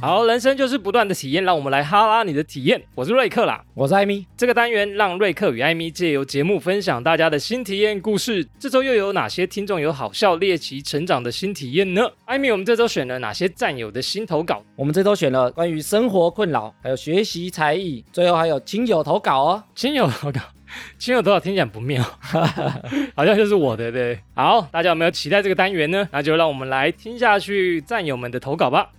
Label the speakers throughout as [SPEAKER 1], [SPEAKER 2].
[SPEAKER 1] 好，人生就是不断的体验，让我们来哈拉你的体验。我是瑞克啦，
[SPEAKER 2] 我是艾米，
[SPEAKER 1] 这个单元让瑞克与艾米借由节目分享大家的新体验故事。这周又有哪些听众有好笑、猎奇、成长的新体验呢？艾米，我们这周选了哪些战友的新投稿？
[SPEAKER 2] 我们这周选了关于生活困扰，还有学习才艺，最后还有亲友投稿哦。
[SPEAKER 1] 亲友投稿，亲友投稿听起来不妙， 好像就是我的对。好，大家有没有期待这个单元呢？那就让我们来听下去战友们的投稿吧。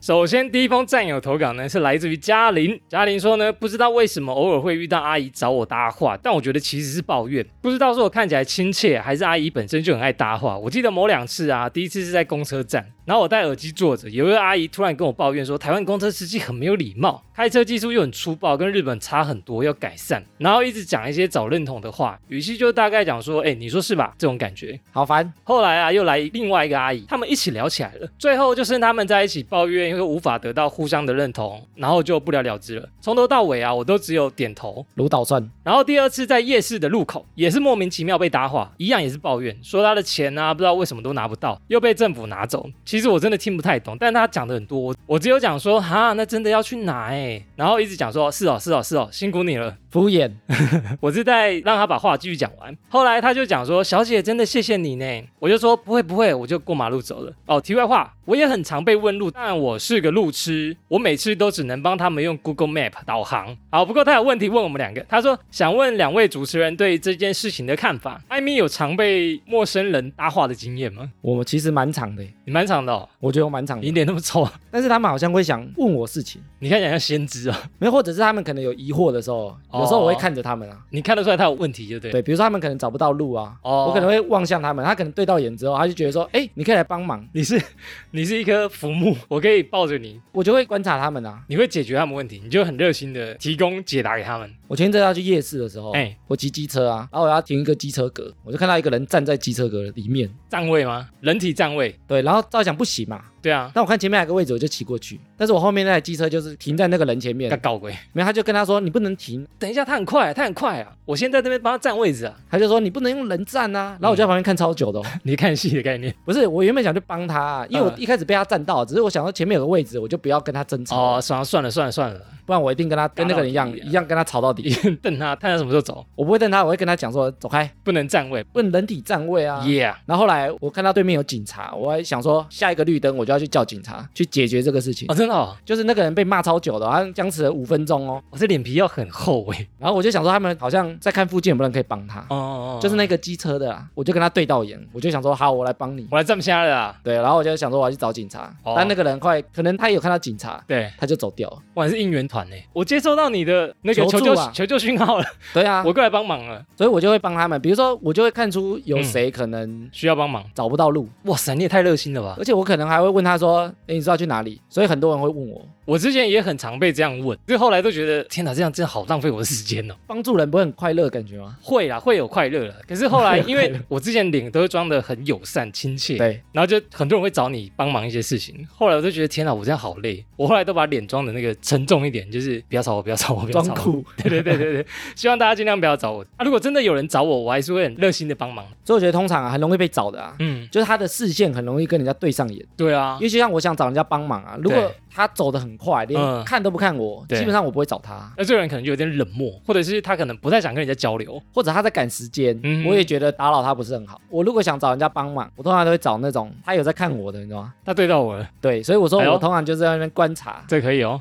[SPEAKER 1] 首先，第一封战友投稿呢是来自于嘉玲。嘉玲说呢，不知道为什么偶尔会遇到阿姨找我搭话，但我觉得其实是抱怨，不知道是我看起来亲切，还是阿姨本身就很爱搭话。我记得某两次啊，第一次是在公车站，然后我戴耳机坐着，有一位阿姨突然跟我抱怨说，台湾公车司机很没有礼貌，开车技术又很粗暴，跟日本差很多，要改善。然后一直讲一些找认同的话，语气就大概讲说，哎、你说是吧？这种感觉。
[SPEAKER 2] 好烦，
[SPEAKER 1] 后来啊，又来另外一个阿姨，他们一起聊起来了。最后就剩他们在一起抱怨，因为无法得到互相的认同，然后就不了了之了。从头到尾啊，我都只有点头。
[SPEAKER 2] 卢导算
[SPEAKER 1] 然后第二次在夜市的路口，也是莫名其妙被搭话，一样也是抱怨，说他的钱啊，不知道为什么都拿不到，又被政府拿走。其实我真的听不太懂，但他讲的很多，我我只有讲说哈，那真的要去拿哎、然后一直讲说是哦是哦是哦，辛苦你了。
[SPEAKER 2] 敷衍，
[SPEAKER 1] 我是在让他把话继续讲完。后来他就讲说：“小姐，真的谢谢你呢。”我就说：“不会不会，我就过马路走了。”哦，题外话，我也很常被问路，但我是个路痴，我每次都只能帮他们用 Google Map 导航。好，不过他有问题问我们两个，他说想问两位主持人对这件事情的看法。艾米有常被陌生人搭话的经验吗？
[SPEAKER 2] 我其实蛮长的耶，
[SPEAKER 1] 你蛮长的哦，
[SPEAKER 2] 我觉得我蛮长
[SPEAKER 1] 你
[SPEAKER 2] 的，
[SPEAKER 1] 脸那么臭啊，
[SPEAKER 2] 但是他们好像会想问我事情，
[SPEAKER 1] 你看起来像先知啊！
[SPEAKER 2] 没有，或者是他们可能有疑惑的时候，
[SPEAKER 1] 哦
[SPEAKER 2] 有时候我会看着他们啊。
[SPEAKER 1] 你看得出来他有问题，就对了。
[SPEAKER 2] 对，比如说他们可能找不到路啊，
[SPEAKER 1] 哦
[SPEAKER 2] 我可能会望向他们，他可能对到眼之后，他就觉得说，哎、你可以来帮忙，
[SPEAKER 1] 你是你是一棵浮木，我可以抱着你，
[SPEAKER 2] 我就会观察他们啊。
[SPEAKER 1] 你会解决他们问题，你就很热心的提供解答给他们。
[SPEAKER 2] 我前一阵要去夜市的时候，
[SPEAKER 1] 哎
[SPEAKER 2] 我骑机车啊，然后我要停一个机车格，我就看到一个人站在机车格里面，
[SPEAKER 1] 站位吗？人体站位？
[SPEAKER 2] 对，然后照想不行嘛，
[SPEAKER 1] 对啊，
[SPEAKER 2] 但我看前面有个位置，我就骑过去，但是我后面那台机车就是停在那个人前面
[SPEAKER 1] 他，搞鬼！
[SPEAKER 2] 没有他就跟他说你不能停，
[SPEAKER 1] 等一下，他很快、他很快啊！我先在这边帮他占位置啊。
[SPEAKER 2] 他就说你不能用人站
[SPEAKER 1] 嗯
[SPEAKER 2] 啊，然后我就在旁边看超久 的、哦，
[SPEAKER 1] 你看戏的概念
[SPEAKER 2] 不是我原本想去帮他、啊因为我
[SPEAKER 1] 嗯
[SPEAKER 2] 一开始被他站到，只是我想说前面有个位置，我就不要跟他争吵，
[SPEAKER 1] 哦，算了算了算了算了，
[SPEAKER 2] 不然我一定跟他跟那个人一样
[SPEAKER 1] 打到底啊
[SPEAKER 2] 一样跟他吵到底，
[SPEAKER 1] 瞪他，看他什么时候走，
[SPEAKER 2] 我不会瞪他，我会跟他讲说走开，
[SPEAKER 1] 不能站位。
[SPEAKER 2] 不能人体站位 啊。
[SPEAKER 1] Yeah，
[SPEAKER 2] 然后后来我看到对面有警察，我还想说下一个绿灯我就要去叫警察去解决这个事情
[SPEAKER 1] 哦，。真的哦，
[SPEAKER 2] 就是那个人被骂超久的，好像僵持了五分钟哦。
[SPEAKER 1] 我、这脸皮要很厚哎。
[SPEAKER 2] 然后我就想说他们好像在看附近有没有人可以帮他，
[SPEAKER 1] 哦哦，哦
[SPEAKER 2] 就是那个机车的啊，我就跟他对到眼，我就想说好，我来帮你。
[SPEAKER 1] 我来站不下了啊。
[SPEAKER 2] 对，然后我就想说我要去找警察，
[SPEAKER 1] 哦
[SPEAKER 2] 但那个人快可能他也有看到警察，
[SPEAKER 1] 对，
[SPEAKER 2] 他就走掉了。
[SPEAKER 1] 我还是应援团呢。我接收到你的那个求
[SPEAKER 2] 求
[SPEAKER 1] 救
[SPEAKER 2] 助啊
[SPEAKER 1] 求救讯号了，
[SPEAKER 2] 对啊，
[SPEAKER 1] 我过来帮忙了，
[SPEAKER 2] 所以我就会帮他们，比如说我就会看出有
[SPEAKER 1] 嗯
[SPEAKER 2] 谁可能
[SPEAKER 1] 需要帮忙。
[SPEAKER 2] 找不到路，
[SPEAKER 1] 哇塞，你也太热心了吧！
[SPEAKER 2] 而且我可能还会问他说，哎，你知道去哪里？所以很多人会问我，
[SPEAKER 1] 我之前也很常被这样问，就后来都觉得天哪，这样真的好浪费我的时间哦。
[SPEAKER 2] 帮助人不会很快乐的感觉吗？
[SPEAKER 1] 会啦，会有快乐了。可是后来，因为我之前脸都装的很友善亲切，
[SPEAKER 2] 对，
[SPEAKER 1] 然后就很多人会找你帮忙一些事情。后来我就觉得天哪，我这样好累。我后来都把脸装的那个沉重一点，就是不要找我，不要找我，不要
[SPEAKER 2] 装
[SPEAKER 1] 找我。
[SPEAKER 2] 酷。
[SPEAKER 1] 对对对对对，希望大家尽量不要找我啊！如果真的有人找我，我还是会很热心的帮忙。
[SPEAKER 2] 所以我觉得通常啊，很容易被找的啊。
[SPEAKER 1] 嗯，
[SPEAKER 2] 就是他的视线很容易跟人家对上眼，
[SPEAKER 1] 对啊
[SPEAKER 2] 因，为就像我想找人家帮忙啊，如果
[SPEAKER 1] 对
[SPEAKER 2] 他走得很快，
[SPEAKER 1] 嗯
[SPEAKER 2] 连看都不看我，
[SPEAKER 1] 对
[SPEAKER 2] 基本上我不会找他，
[SPEAKER 1] 那这个人可能就有点冷漠，或者是他可能不太想跟人家交流。
[SPEAKER 2] 或者他在赶时间
[SPEAKER 1] 嗯，
[SPEAKER 2] 我也觉得打扰他不是很好。我如果想找人家帮忙，我通常都会找那种他有在看我的，你知道吗？
[SPEAKER 1] 他对到我了，
[SPEAKER 2] 对，所以我说
[SPEAKER 1] 哎呦
[SPEAKER 2] 我通常就是在那边观 察，
[SPEAKER 1] 这可以哦。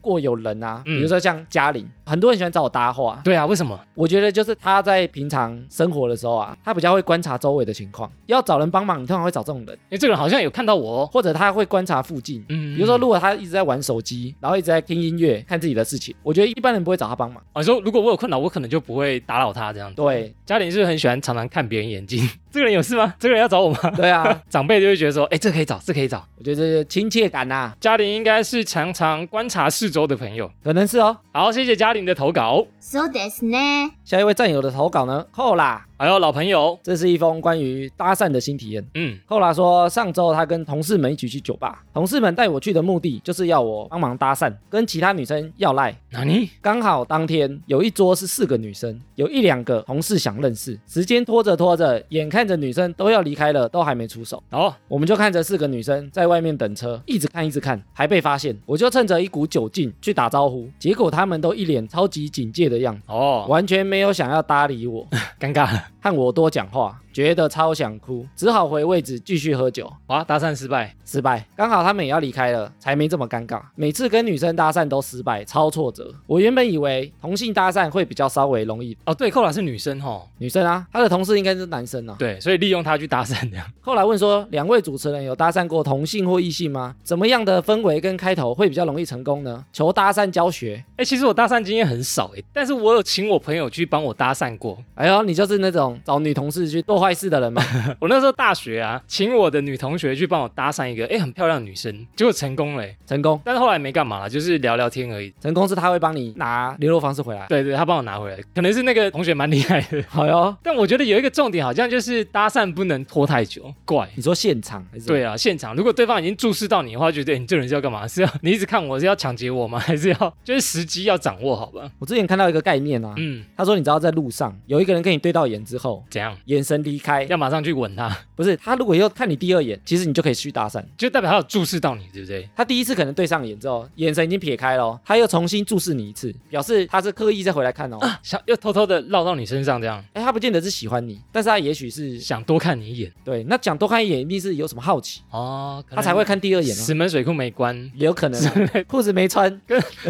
[SPEAKER 2] 过有人啊，
[SPEAKER 1] 嗯
[SPEAKER 2] 比如说像嘉玲，很多人喜欢找我搭话，
[SPEAKER 1] 对啊，为什么？
[SPEAKER 2] 我觉得就是他在平常生活的时候啊，他比较会观察周围的情况，要找人帮忙，你通常会找这种人，
[SPEAKER 1] 因为这个人好像有看到我哦。
[SPEAKER 2] 或者他会观察附近，
[SPEAKER 1] 嗯，
[SPEAKER 2] 比如说，如果他一直在玩手机，然后一直在听音乐、看自己的事情，我觉得一般人不会找他帮忙。
[SPEAKER 1] 我哦说如果我有困扰，我可能就不会打扰他这样子。
[SPEAKER 2] 对，
[SPEAKER 1] 家里是不是很喜欢常常看别人眼睛？ 这个人有事吗？这个人要找我吗？
[SPEAKER 2] 对啊，
[SPEAKER 1] 长辈就会觉得说，哎、这可以找，这可以找。
[SPEAKER 2] 我觉得这是亲切感呐、啊，
[SPEAKER 1] 嘉玲应该是常常观察四周的朋友。
[SPEAKER 2] 可能是哦。
[SPEAKER 1] 好，谢谢嘉玲的投稿。
[SPEAKER 3] そうですね。
[SPEAKER 2] 下一位战友的投稿呢，扣啦，
[SPEAKER 1] 还有老朋友，
[SPEAKER 2] 这是一封关于搭讪的新体验。
[SPEAKER 1] 嗯，
[SPEAKER 2] 后来说，上周他跟同事们一起去酒吧，同事们带我去的目的就是要我帮忙搭讪，跟其他女生要赖。
[SPEAKER 1] 哪尼？
[SPEAKER 2] 刚好当天有一桌是四个女生，有一两个同事想认识，时间拖着拖着，眼看着女生都要离开了，都还没出手，
[SPEAKER 1] 哦，
[SPEAKER 2] 我们就看着四个女生在外面等车，一直看一直看，还被发现，我就趁着一股酒劲去打招呼，结果她们都一脸超级警戒的样子，
[SPEAKER 1] 哦，
[SPEAKER 2] 完全没有想要搭理我，
[SPEAKER 1] 尴尬了，
[SPEAKER 2] 和我多讲话，觉得超想哭，只好回位置继续喝酒。
[SPEAKER 1] 哇，搭讪失败，
[SPEAKER 2] 失败，刚好他们也要离开了，才没这么尴尬。每次跟女生搭讪都失败，超挫折。我原本以为同性搭讪会比较稍微容易，
[SPEAKER 1] 哦，对，寇老是女生哦，
[SPEAKER 2] 女生啊，她的同事应该是男生啊。
[SPEAKER 1] 对，所以利用她去搭讪的，
[SPEAKER 2] 后来问说，两位主持人有搭讪过同性或异性吗？怎么样的氛围跟开头会比较容易成功呢？求搭讪教学。
[SPEAKER 1] 哎、其实我搭讪经验很少哎，但是我有请我朋友去帮我搭讪过。
[SPEAKER 2] 哎呦，你就是那种找女同事去做坏事的人吗？
[SPEAKER 1] 我那时候大学啊，请我的女同学去帮我搭讪一个哎、很漂亮的女生，结果成功了哎，
[SPEAKER 2] 成功，
[SPEAKER 1] 但是后来没干嘛啦，就是聊聊天而已。
[SPEAKER 2] 成功是他会帮你拿联络方式回来。哎
[SPEAKER 1] 对对，她帮我拿回来，可能是那个同学蛮厉害的。
[SPEAKER 2] 好哟，
[SPEAKER 1] 但我觉得有一个重点，好像就是搭讪不能拖太久，怪。
[SPEAKER 2] 你说现场还是？
[SPEAKER 1] 对啊，现场如果对方已经注视到你的话，觉得、欸你这人是要干嘛？是要你一直看我是要抢劫我吗？还是要就是时机要掌握好吧？
[SPEAKER 2] 我之前看到一个概念啊，
[SPEAKER 1] 嗯，
[SPEAKER 2] 他说你知道在路上有一个人跟你对到眼之后，
[SPEAKER 1] 怎样？
[SPEAKER 2] 眼神离开，
[SPEAKER 1] 要马上去吻他，
[SPEAKER 2] 不是他如果要看你第二眼，其实你就可以去搭讪。
[SPEAKER 1] 就代表他有注视到你，对不对？
[SPEAKER 2] 他第一次可能对上眼之后，眼神已经撇开了哦，他又重新注视你一次，表示他是刻意再回来看哦。哎、
[SPEAKER 1] 想要偷偷的绕到你身上，这样
[SPEAKER 2] 他不见得是喜欢你，但是他也许是
[SPEAKER 1] 想多看你一眼
[SPEAKER 2] 对那讲多看一眼，一定是有什么好奇，
[SPEAKER 1] 哦，
[SPEAKER 2] 他才会看第二眼哦。
[SPEAKER 1] 石门水库没 关，
[SPEAKER 2] 也有可能啊、裤子没穿，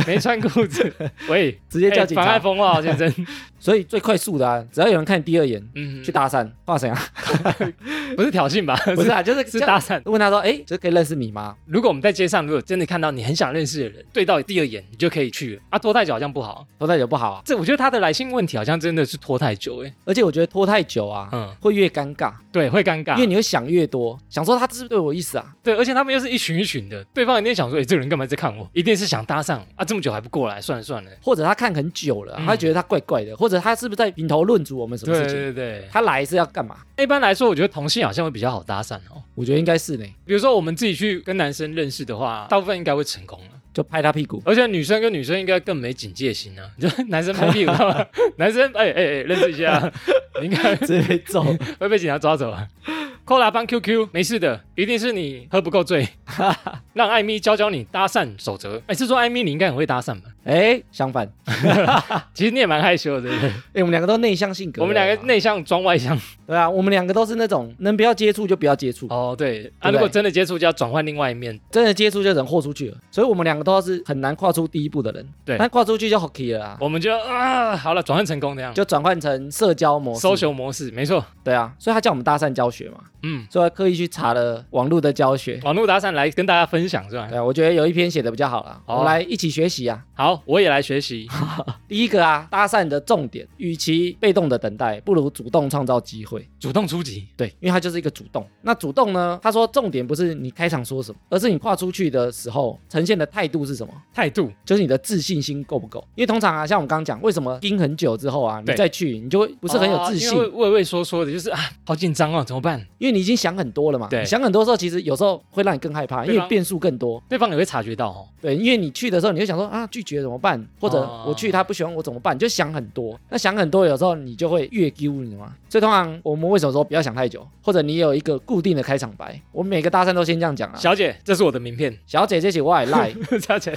[SPEAKER 1] 没穿裤子， 喂，
[SPEAKER 2] 直接叫
[SPEAKER 1] 欸
[SPEAKER 2] 警
[SPEAKER 1] 妨
[SPEAKER 2] 察。
[SPEAKER 1] 碍风化哦先 生。
[SPEAKER 2] 所以最快速的啊，只要有人看你第二眼。
[SPEAKER 1] 嗯，
[SPEAKER 2] 去搭讪，哇塞啊！
[SPEAKER 1] 不是挑衅吧？
[SPEAKER 2] 不是啊，就 是
[SPEAKER 1] 是
[SPEAKER 2] 这样
[SPEAKER 1] 搭讪。
[SPEAKER 2] 问他说：“哎、这可以认识你吗
[SPEAKER 1] 如果我们在街上，如果真的看到你很想认识的人，对到第二眼，你就可以去了啊。拖太久好像不好，？”
[SPEAKER 2] 拖太久不好啊，
[SPEAKER 1] 这我觉得他的来信问题好像真的是拖太久哎、欸
[SPEAKER 2] 而且我觉得拖太久啊，
[SPEAKER 1] 嗯，啊
[SPEAKER 2] 会越尴尬，
[SPEAKER 1] 对，会尴尬，
[SPEAKER 2] 因为你会想越多，想说他是不是对我有意思啊？
[SPEAKER 1] 对，而且他们又是一群一群的，对方一定想说，哎、这个人干嘛在看我？一定是想搭上啊，这么久还不过来，算了算了。
[SPEAKER 2] 或者他看很久了，
[SPEAKER 1] 嗯
[SPEAKER 2] 他觉得他怪怪的，或者他是不是在评头论足我们什么
[SPEAKER 1] 对
[SPEAKER 2] 事情？
[SPEAKER 1] 对对，
[SPEAKER 2] 他来是要干嘛？
[SPEAKER 1] 一般来说，我觉得同性好像会比较好搭讪哦。
[SPEAKER 2] 我觉得应该是呢，
[SPEAKER 1] 比如说我们自己去跟男生认识的话，大部分应该会成功了。
[SPEAKER 2] 就拍他 屁股。
[SPEAKER 1] 而且女生跟女生应该更没警戒心啊， 就男生拍屁股， 男生哎哎哎，认识一下， 你应该
[SPEAKER 2] 直接 走，
[SPEAKER 1] 会被警察抓走啊。扣拉帮 QQ 没事的，一定是你喝不够醉。让艾米教教你搭讪守则。哎，是说艾米你应该很会搭讪吧？
[SPEAKER 2] 哎，相反，
[SPEAKER 1] 其实你也蛮害羞的，对不对？
[SPEAKER 2] 哎，我们两个都内向性格，
[SPEAKER 1] 我们两个
[SPEAKER 2] 内，
[SPEAKER 1] 内向装外向。
[SPEAKER 2] 对啊，我们两个都是那种能不要接触就不要接触，
[SPEAKER 1] 哦，对。啊，
[SPEAKER 2] 对
[SPEAKER 1] 如果真的接触，就要转换另外一面。
[SPEAKER 2] 真的接触就人豁出去了，所以我们两个都是很难跨出第一步的人，
[SPEAKER 1] 对
[SPEAKER 2] 但跨出去就 hockey 了啊，
[SPEAKER 1] 我们就啊，好了，转换成功那样。
[SPEAKER 2] 就转换成社交模式，
[SPEAKER 1] 搜求模式，没错。
[SPEAKER 2] 对啊，所以他叫我们搭讪教学嘛，
[SPEAKER 1] 嗯，
[SPEAKER 2] 所以他刻意去查了网络的教学，
[SPEAKER 1] 网络搭讪来跟大家分享是吧？
[SPEAKER 2] 对啊，我觉得有一篇写的比较好啦，我
[SPEAKER 1] 好
[SPEAKER 2] 们
[SPEAKER 1] 啊
[SPEAKER 2] 来一起学习啊。
[SPEAKER 1] 好，我也来学习。
[SPEAKER 2] 第一个啊，搭讪的重点，与其被动的等待，不如主动创造机会。
[SPEAKER 1] 主动出击，
[SPEAKER 2] 对，因为它就是一个主动。那主动呢？他说重点不是你开场说什么，而是你跨出去的时候呈现的态度是什么，
[SPEAKER 1] 态度
[SPEAKER 2] 就是你的自信心够不够。因为通常啊，像我们刚刚讲，为什么盯很久之后啊，你
[SPEAKER 1] 对
[SPEAKER 2] 再去，你就会
[SPEAKER 1] 不
[SPEAKER 2] 不是很有自信，
[SPEAKER 1] 哦畏畏缩缩的，就是啊，好紧张哦，怎么办？
[SPEAKER 2] 因为你已经想很多了嘛。
[SPEAKER 1] 对
[SPEAKER 2] 你想很多的时候，其实有时候会让你更害怕，因
[SPEAKER 1] 对
[SPEAKER 2] 为
[SPEAKER 1] 吧
[SPEAKER 2] 变数更多。
[SPEAKER 1] 对方也会察觉到哦。
[SPEAKER 2] 对，因为你去的时候，你就想说啊，拒绝怎么办？或者
[SPEAKER 1] 哦
[SPEAKER 2] 我去他不喜欢我怎么办？你就想很多。那想很多，有时候你就会越丢，你知道吗？所以通常我们为什么说不要想太久？或者你有一个固定的开场白，我每个搭讪都先这样讲啊。小
[SPEAKER 1] 小姐，这是我的名片，
[SPEAKER 2] 小姐姐姐，我也赖。
[SPEAKER 1] 小姐，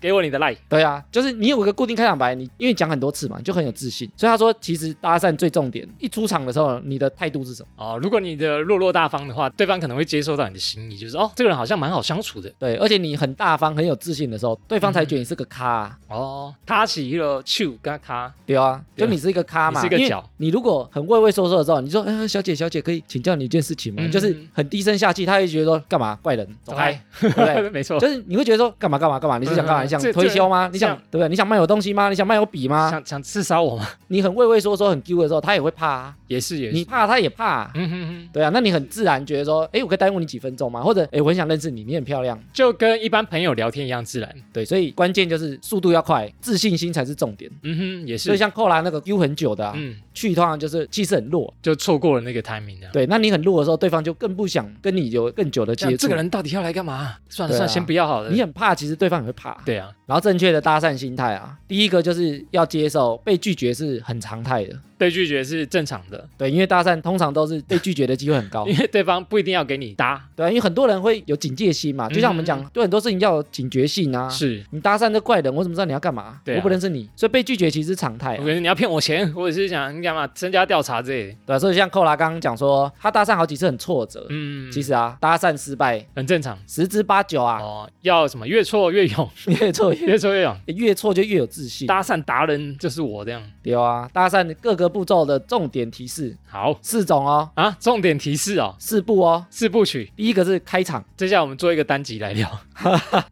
[SPEAKER 1] 给我你的 like。
[SPEAKER 2] 对啊，就是你有一个固定开场白，你因为讲很多次嘛，你就很有自信。所以他说，其实搭讪最重点，一出场的时候，你的态度是什么？
[SPEAKER 1] 哦，如果你的落落大方的话，对方可能会接受到你的心意，就是哦，这个人好像蛮好相处的
[SPEAKER 2] 对，而且你很大方、很有自信的时候，对方才觉得你是个咖啊、
[SPEAKER 1] 哦。他起了球，跟他卡，
[SPEAKER 2] 对啊，
[SPEAKER 1] 对
[SPEAKER 2] 就
[SPEAKER 1] 啊
[SPEAKER 2] 你是一个咖嘛，
[SPEAKER 1] 你是一个
[SPEAKER 2] 因为
[SPEAKER 1] 角
[SPEAKER 2] 你如果很畏畏缩缩的时候，你说，哎，小姐，小姐，可以请教你一件事情吗？
[SPEAKER 1] 嗯
[SPEAKER 2] 就是很低声下气，他会觉得说，干嘛，怪人，走开，，对不 对？
[SPEAKER 1] 没错。
[SPEAKER 2] 就是你会觉得说，干嘛干嘛干嘛？你是想干
[SPEAKER 1] 嗯
[SPEAKER 2] 嘛？你想
[SPEAKER 1] 这
[SPEAKER 2] 推销吗？
[SPEAKER 1] 这
[SPEAKER 2] 你想
[SPEAKER 1] 这
[SPEAKER 2] 对不对？你想卖我东西吗？你想卖我笔吗？
[SPEAKER 1] 想想刺杀我吗？
[SPEAKER 2] 你很畏畏缩缩、很丢的时候，他也会怕啊，
[SPEAKER 1] 也是也
[SPEAKER 2] 你
[SPEAKER 1] 是。
[SPEAKER 2] 怕他也怕啊。
[SPEAKER 1] 嗯哼哼，
[SPEAKER 2] 对啊，那你很自然觉得说，哎，我可以耽误你几分钟吗？或者，哎，我很想认识你，你很漂亮。
[SPEAKER 1] 就跟一般朋友聊天一样自然。
[SPEAKER 2] 对，所以关键就是速度要快，自信心才是重点。
[SPEAKER 1] 嗯哼，也是
[SPEAKER 2] 所以，像扣篮那个 U 很久的啊，
[SPEAKER 1] 嗯，
[SPEAKER 2] 去通常就是气势很弱。
[SPEAKER 1] 就错过了那个 timing 的。
[SPEAKER 2] 对，那你很弱的时候，对方就更不想跟你有更久的接
[SPEAKER 1] 这
[SPEAKER 2] 触。
[SPEAKER 1] 这个，人到底要来干嘛？算了
[SPEAKER 2] 对啊
[SPEAKER 1] 算了，先不要好了
[SPEAKER 2] 你。很怕，其实对方也会怕。
[SPEAKER 1] 对啊，
[SPEAKER 2] 然后正确的搭讪心态啊，第一个就是要接受被拒绝是很常态的，
[SPEAKER 1] 被拒绝是正常的，
[SPEAKER 2] 对，因为搭讪通常都是被拒绝的机会 很高，
[SPEAKER 1] 因为对方不一定要给你搭。
[SPEAKER 2] 对啊，因为很多人会有警戒心嘛，就像我们讲，对很多事情要有警觉性
[SPEAKER 1] 嗯
[SPEAKER 2] 啊。
[SPEAKER 1] 是，
[SPEAKER 2] 你搭讪这怪人，我怎么知道你要干嘛？
[SPEAKER 1] 对啊
[SPEAKER 2] 我不认识你，所以被拒绝其实是常态、
[SPEAKER 1] 我
[SPEAKER 2] 啊，
[SPEAKER 1] 觉得你要骗我钱，或者是想你干嘛增加调查之类的。
[SPEAKER 2] 对、啊、所以像寇拉刚刚讲说，他搭讪好几次很挫折，
[SPEAKER 1] 嗯，
[SPEAKER 2] 其实啊，搭讪失败
[SPEAKER 1] 很正常。
[SPEAKER 2] 十之八九啊，
[SPEAKER 1] 哦，要什么越挫越勇，
[SPEAKER 2] 越挫越
[SPEAKER 1] 越挫越勇。
[SPEAKER 2] 越挫就越有自信。
[SPEAKER 1] 搭讪达人就是我这样。
[SPEAKER 2] 对啊，搭讪各个步骤的重点提示
[SPEAKER 1] 好
[SPEAKER 2] 四种哦，
[SPEAKER 1] 啊，重点提示哦，
[SPEAKER 2] 四步哦。
[SPEAKER 1] 四部曲。
[SPEAKER 2] 第一个是开场，
[SPEAKER 1] 接下来我们做一个单集来 聊。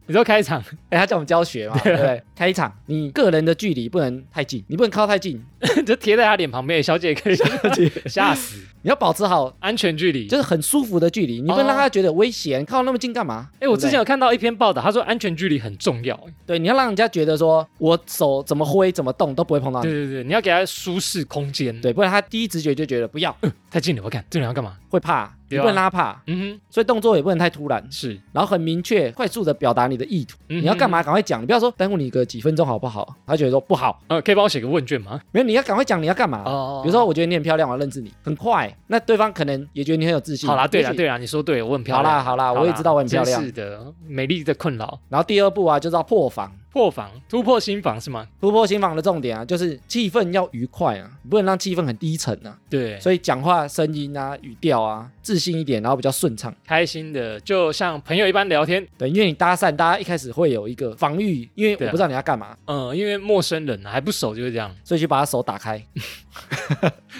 [SPEAKER 1] 你说开场，
[SPEAKER 2] 哎，他叫我们教学嘛，对不对？开场，你个人的距离不能太近，你不能靠太近，
[SPEAKER 1] 就贴在他脸旁边，小姐可以 吓死，
[SPEAKER 2] 你要保持好
[SPEAKER 1] 安全距离。
[SPEAKER 2] 就是很舒服的距离，你不能让他觉得有危险，靠那么近干嘛？
[SPEAKER 1] 哦哎，我
[SPEAKER 2] 对不对
[SPEAKER 1] 之前有看到一篇报道，他说安全距离很重要。
[SPEAKER 2] 对你要让人家觉得说我手怎么挥怎么动都不会碰到
[SPEAKER 1] 对
[SPEAKER 2] 你，
[SPEAKER 1] 对对，你要给他舒适空间。，
[SPEAKER 2] 啊对，不然他第一直觉就觉得不要，
[SPEAKER 1] 太近了，我看这个人要干嘛？
[SPEAKER 2] 会怕，
[SPEAKER 1] 嗯
[SPEAKER 2] 你
[SPEAKER 1] 对啊
[SPEAKER 2] 不能让他怕，
[SPEAKER 1] 嗯
[SPEAKER 2] 所以动作也不能太突然
[SPEAKER 1] 哼，，是。
[SPEAKER 2] 然后很明确、快速的表达你的意图，
[SPEAKER 1] 你
[SPEAKER 2] 你要干？嘛赶快讲，你不要说耽误你个几分钟好不好？他觉得说不好，
[SPEAKER 1] 呃，可以帮我写个问卷吗？
[SPEAKER 2] 没有，你要赶快讲你要干嘛。
[SPEAKER 1] 哦
[SPEAKER 2] 比如说，我觉得你很漂亮，我要认识你，很快，那对方可能也觉得你很有自信。
[SPEAKER 1] 好啦，对
[SPEAKER 2] 也
[SPEAKER 1] 啦，
[SPEAKER 2] 许
[SPEAKER 1] 对啦，你说对，我很漂
[SPEAKER 2] 好啦，
[SPEAKER 1] 亮。
[SPEAKER 2] 好啦，我也知道我很漂亮
[SPEAKER 1] 真。是的，美丽的困扰，
[SPEAKER 2] 然后第二步啊，就是要破防，
[SPEAKER 1] 破防，突破心防是吗？
[SPEAKER 2] 突破心防的重点啊，就是气氛要愉快啊，你不能让气氛很低沉啊。
[SPEAKER 1] 对，
[SPEAKER 2] 所以讲话声音啊、语调啊，自信一点，然后比较顺畅。
[SPEAKER 1] 开心的，就像朋友一般聊天。
[SPEAKER 2] 对，因为你搭讪，大家一开始会有一个防御，因为
[SPEAKER 1] 对
[SPEAKER 2] 我
[SPEAKER 1] 啊
[SPEAKER 2] 不知道你要干嘛，
[SPEAKER 1] 嗯，因为陌生人啊还不熟，就是这 样，
[SPEAKER 2] 所以就把他手打开。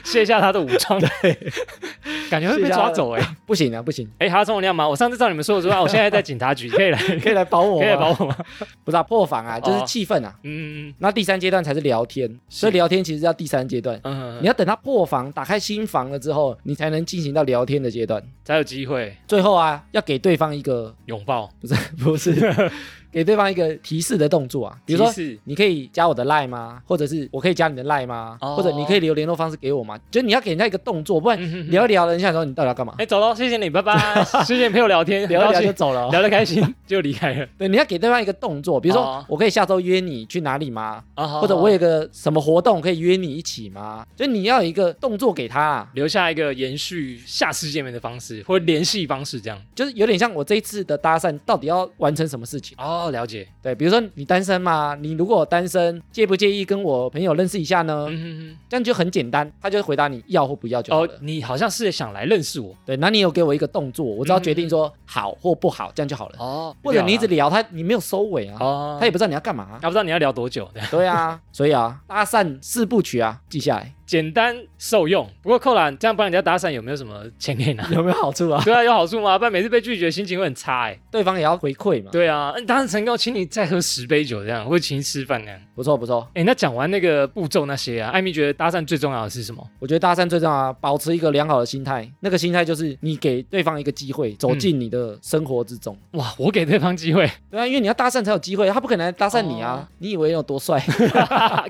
[SPEAKER 1] 卸下他的武装， 感觉会被抓走哎、欸。
[SPEAKER 2] 不行啊，不行，
[SPEAKER 1] 哎，还有这种量吗？我上次照你们说的说啊，我现在在警察局，可以来， 可
[SPEAKER 2] 可以来保我
[SPEAKER 1] 以来
[SPEAKER 2] 吗？
[SPEAKER 1] 保我吗？
[SPEAKER 2] 不是啊，破防啊，就是
[SPEAKER 1] 哦
[SPEAKER 2] 气氛啊。
[SPEAKER 1] 嗯
[SPEAKER 2] 那第三阶段才是聊天，所以聊天其实要第三阶段。
[SPEAKER 1] 嗯，
[SPEAKER 2] 你
[SPEAKER 1] 要
[SPEAKER 2] 要等他破防、打开心房了之后，你才能进行到聊天的阶段。
[SPEAKER 1] 才有机会
[SPEAKER 2] 最后啊，要给对方一个
[SPEAKER 1] 拥抱。
[SPEAKER 2] 不是 不是，给对方一个提示的动作啊，比如说
[SPEAKER 1] 提示
[SPEAKER 2] 你可以加我的 line 吗？或者是我可以加你的 line 吗？
[SPEAKER 1] 哦
[SPEAKER 2] 或者你可以留联络方式给我吗？就是你要给人家一个动作，不然
[SPEAKER 1] 嗯哼
[SPEAKER 2] 聊一聊人家说你到底要干 嘛？
[SPEAKER 1] 哎，走喽，谢谢你，拜 拜，谢谢你陪我聊天，
[SPEAKER 2] 聊一聊就
[SPEAKER 1] 很高
[SPEAKER 2] 走了
[SPEAKER 1] 兴
[SPEAKER 2] 哦、
[SPEAKER 1] 聊得开心就离开了。
[SPEAKER 2] 对，你要给对方一个动作，比如说、
[SPEAKER 1] 哦
[SPEAKER 2] 我可以下周约你去哪里吗？
[SPEAKER 1] 啊
[SPEAKER 2] 或者我有个什么活动可以约你一起吗？就你要有一个动作给他、啊，
[SPEAKER 1] 留下一个延续下次见面的方式或联系方式，这样
[SPEAKER 2] 就是有点像我这一次的搭讪到底要完成什么事情？
[SPEAKER 1] 哦，了解。
[SPEAKER 2] 对，比如说你单身吗？你如果单身，介不介意跟我朋友认识一下呢？
[SPEAKER 1] 嗯
[SPEAKER 2] 这样就很简单，他就回答你要或不要就好
[SPEAKER 1] 哦
[SPEAKER 2] 了。，
[SPEAKER 1] 你好像是想来认识我
[SPEAKER 2] 对，那你有给我一个动作，我只要决定说好或不好，这样就好了。
[SPEAKER 1] 哦，
[SPEAKER 2] 或者你一直
[SPEAKER 1] 聊
[SPEAKER 2] 聊他，你没有收尾
[SPEAKER 1] 啊
[SPEAKER 2] 啊，
[SPEAKER 1] 哦，
[SPEAKER 2] 他也不知道你要干嘛啊、
[SPEAKER 1] 他不知道你要聊多久，
[SPEAKER 2] 对啊，所以啊，搭讪四部曲啊，记下来？
[SPEAKER 1] 简单受用。不过扣篮这样帮人家打伞有没有什么钱可以拿
[SPEAKER 2] 有没有好处啊？
[SPEAKER 1] 对啊，有好处吗？不然每次被拒绝心情会很差哎、
[SPEAKER 2] 对方也要回馈嘛，
[SPEAKER 1] 对啊，嗯当然成功，请你再喝十杯酒这样，或者请你吃饭那样。
[SPEAKER 2] 不错不错。
[SPEAKER 1] 哎，那讲完那个步骤那些啊，艾米觉得搭讪最重要的是什么？
[SPEAKER 2] 我觉得搭讪最重要啊，保持一个良好的心态，那个心态就是你给对方一个机会，走进你的生活之中。
[SPEAKER 1] 哇，我给对方机会，
[SPEAKER 2] 对啊，因为你要搭讪才有机会，他不可能来搭讪你
[SPEAKER 1] 哦
[SPEAKER 2] 啊！你以为你有 多帅？